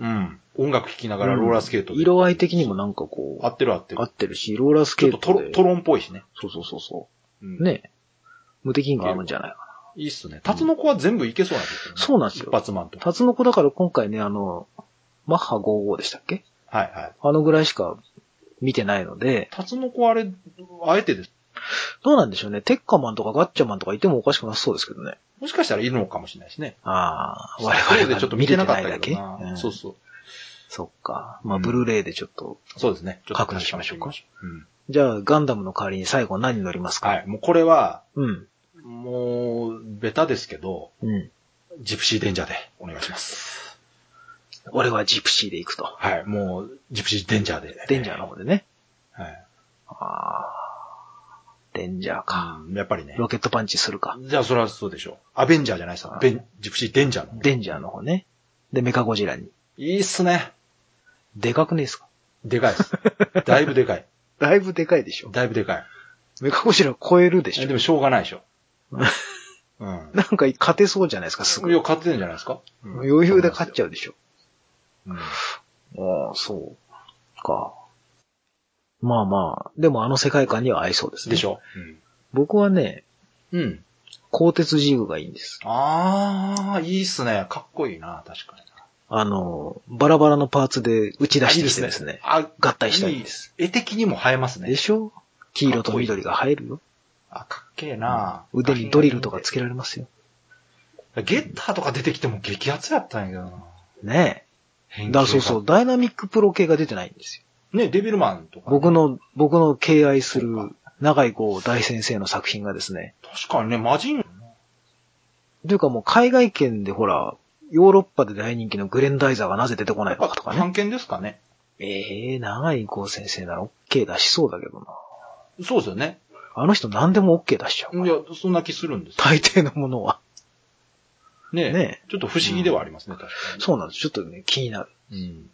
うん。音楽聴きながらローラースケートで。
色合い的にもなんかこう
合、ってる合ってる
合。ってるし、ローラース
ち
ケ
ょ
ー
っと
ト
トロ
で。
トロンっぽいしね。
そうそうそうそ
うん
う。。ねえ。無敵ング合うんじゃないかな。
いいっすね。タツノコは全部いけそうなんですよね。
そうなんです
一
よ。
発マンとか。
タツノコだから今回ね、あの、マッハ55でしたっけ
はいはい。
あのぐらいしか見てないので、
タツノコあれ、あえてです。
どうなんでしょうね。テッカマンとかガッチャマンとかいてもおかしくなさそうですけどね。
もしかしたらいるのかもしれないですね。
ああ、我
そう
々
で
が
ちょっと
見
見
れ
て
て
なか
な
っ
い
た
だ
け
け。
どな。
ん
そうそう。
そっか。まあ、
うん
ブルーレイでちょっと。
そうですね。ちょっと
確認しましょうか
うん。
じゃあ、ガンダムの代わりに最後何乗りますか
はい。もうこれは、
うん。
もう、ベタですけど、
うん。
ジプシーデンジャーでお願いします。
俺はジプシーで行くと。
はい。もう、ジプシーデンジャーで。
デンジャーの方でね。
ー。はい。
ああ。デンジャーか。
うんやっぱりね。
ロケットパンチするか。
じゃあ、それはそうでしょう。アベンジャーじゃないです
う
か
ん。
ベン、ジプシー、デンジャーの。
デンジャーの方ね。で、メカゴジラに。
いいっすね。
でかくねえですか
でかい っす。だいぶでかい。
だいぶでかいでしょ。
だいぶでかい。
メカゴジラ超えるでし
え
ょ。
でも、しょうがない でしょ。
うん
うん。
なんか勝てそうじゃないですか、すぐ。
いや、勝ってるんじゃないですか
余裕で勝っち
ゃ
ゃうでしょ。
うん。
ああ、そう。か。まあまあ、でもあの世界観には合いそうですね。
でし
ょ。
ょ
僕はね、
うん。うん。
鋼鉄ジグがいいんです。
あー、いいっすね。かっこいいな、確かにな。
あの、バラバラのパーツで打ち出してきてですね。
あ、
合体したいんです。
いい絵的にも映えますね
で。しょ黄色と緑が入るよ。
あ、かっけえな。
腕にドリルとかつけられますよ。
ゲッターとか出てきても激アツやったんやけどな。
ねえ。
変
だからそうそう、ダイナミックプロ系が出てないんですよ。
う。ね、デビルマンとかね。
僕の、僕の敬愛す
そ
る長井郷大先生の作品がですね、
確かにね、魔人。
というかもう海外圏でほら、ヨーロッパで大人気のグレンダイザーがなぜ出てこな
や
い
っ
の
ぱ、
かとかね。
探検ですかね。
ええー、長井郷先生なら OK 出しそうだけどな。
そうですよね。
あの人何でも OK 出しちゃう
い
から。
や、そんな気するんですよ
大抵のものは。
ねえ
ね
ちょっと不思議ではありますね、確かに。
そうなんです。ちょっとね、気になる。
うん。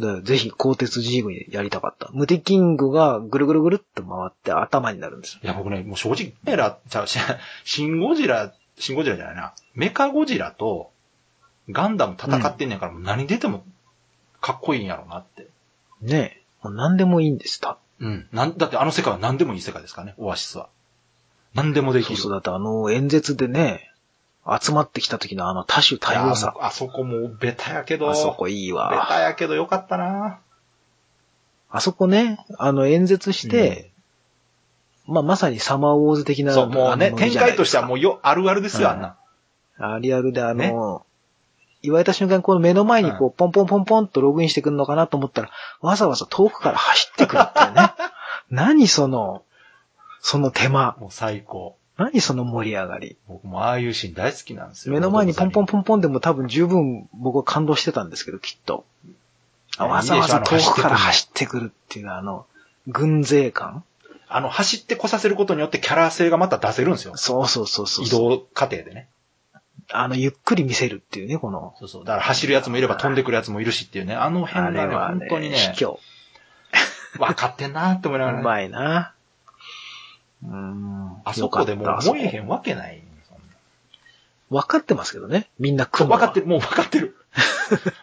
だからぜひ、鋼鉄ジーグやりたかった。ムテキングがぐるぐるぐるっと回って頭になるんですよ。
いや、僕ね、もう正直、メラ、ちゃう、しシンゴジラ、シンゴジラじゃないな、メカゴジラとガンダム戦ってんねやから、もう何出てもかっこいいんやろうなって。
ねえ。もう何でもいいんです、た。
うん。なん、だってあの世界は何でもいい世界ですからね、オアシスは。何でもでき
そ
る。
うそう、だってあの演説でね、集まってきた時のあの多種多
いや
様
あ
さ。
そあそこもベタやけど、
あそこいい
ベ
わ。
タやけどよかったな
あそこね、あの演説して、まあまさにサマーウォーズ的な。
そう、もう
あ
ね、
の
展開としてはも
う。
うよ、あるあるですよ、
うん
あんな。
あリアルであの、
ね
言われた瞬間、この目の前にこう、ポンポンポンポンとログインしてくるのかな と思ったら、わざわざ遠くから走ってくるっていうね。何その、その手間。
もう最高。
何その盛り上がり。
僕もああいうシーン大好きなんですよ。
目の前にポンポン
ポ
ポンポンでも多分十分僕は感動してたんですけど、きっと。あわざわざ遠くから走ってくるっていうあの、軍勢感
あの、走ってこさせることによってキャラ性がまた出せるんですよ。
そうそうそうそう。
移動過程でね。
あの、ゆっくり見せるっていうね、この。
そうそう。だから走るやつもいれば飛んでくるやつもいるしっていうね。あの辺がね、本当にね、
卑怯。
分かってんなって思いながら
う
ね。
まいな。うーん。
あそこでもう
よかった
思えへんわけない。
分かってますけどね。みんな来
分
るのは
かってる、もう分かって る。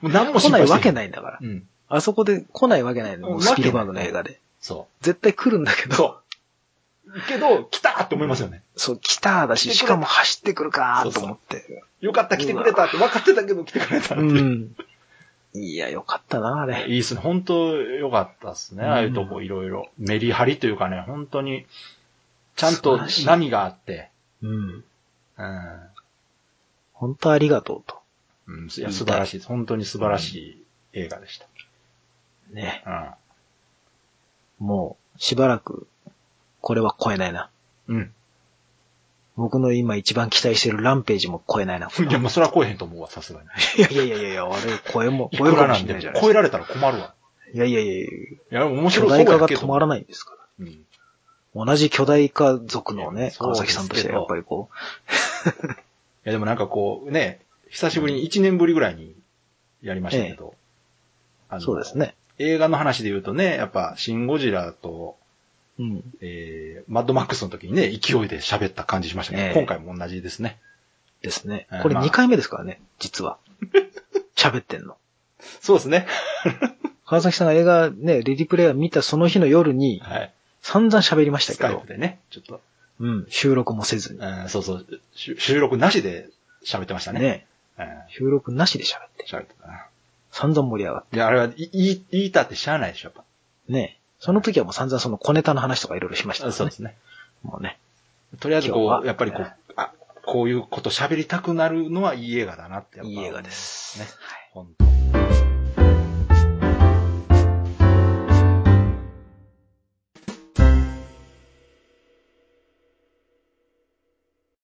もう何も
来
心
な
配
い
して
わけ
い。
ないんだから。
うん。
あそこで来ないわけないの。
うん
もうスピルバーグの映画で。
そ
絶対来るんだけ
う。
ど。
そう。けど、来たって思いますよね。
そう、来ただし、
来て
し
くれた
かも走ってくるかーと思って。
よかった、来てくれたって分かってたけど来てくれたって
う
いう。
ん。いや、よかったな、あれ。
いいっすね。本当良かったっすね。
うん
ああいうとこいろいろ。メリハリというかね、本当に、ちゃん
素
と
晴らしい
波があって、
うん。
うん。
本当ありがとうと。
うん、いや素晴らしいです。本当に素晴らしい映画でし
ね。
た。
もう、しばらく、これは超えないな。
うん。うん。
僕の今一番期待してるランページも超 えないな。これ
いや、まあ、それは超えへんと思うわ、さすが に。
いやいやいやいやいや、あれ、超えも、
い
超え
く
るからも
な
しれ
んで
ないじゃ
も
ない
超
で
え
す
られたら困るわ。
か。いやいやいやい
いや、面
や、巨
白そう
大化
や
が
け
止
ど。
まらないんですから。
うん。
同じ巨大化族の
いや
ね、
そう
川
で
崎
すけど
さんとしてはやっぱりこ
いや、でもなんかこう、ね、久しぶりに1年ぶりぐらいにやりましたけど。あ
う、
の
そうです。ね。
映画の話で言うとね、やっぱ、シン・ゴジラと、
うん。
えー、マッドマックスの時にね、勢いで喋った感じしましたけど、
ええ
今回も同じですね。
ですね
えー。
これ
まあ
2回目ですからね、実は。喋ってんの。
そうですね。
川崎さんが映画ね、レディプレイヤー見たその日の夜に
はい。
散々喋りました
ス
け
カイ
ど
プ、でね、ちょっと、
うん、収録もせずに。
うん、そうそう、し収録なしで喋ってましたね。
ね、
うん、
収録なしで喋って、
喋ってたな。
散々盛り上がっ、
いや、あれは、い、い、言いたってしゃあないでしょ、やって
ね、その時はもう散々その小ネタの話とかいろいろしました
ぱ。
からね。
すね。
もうね。
とりあえず、
今
こ
日
う、
は
やっぱりこう、あ、こういうこと喋りたくなるのはいい映画だなって、やっぱ。
いい映画です。
ね
はい
本当。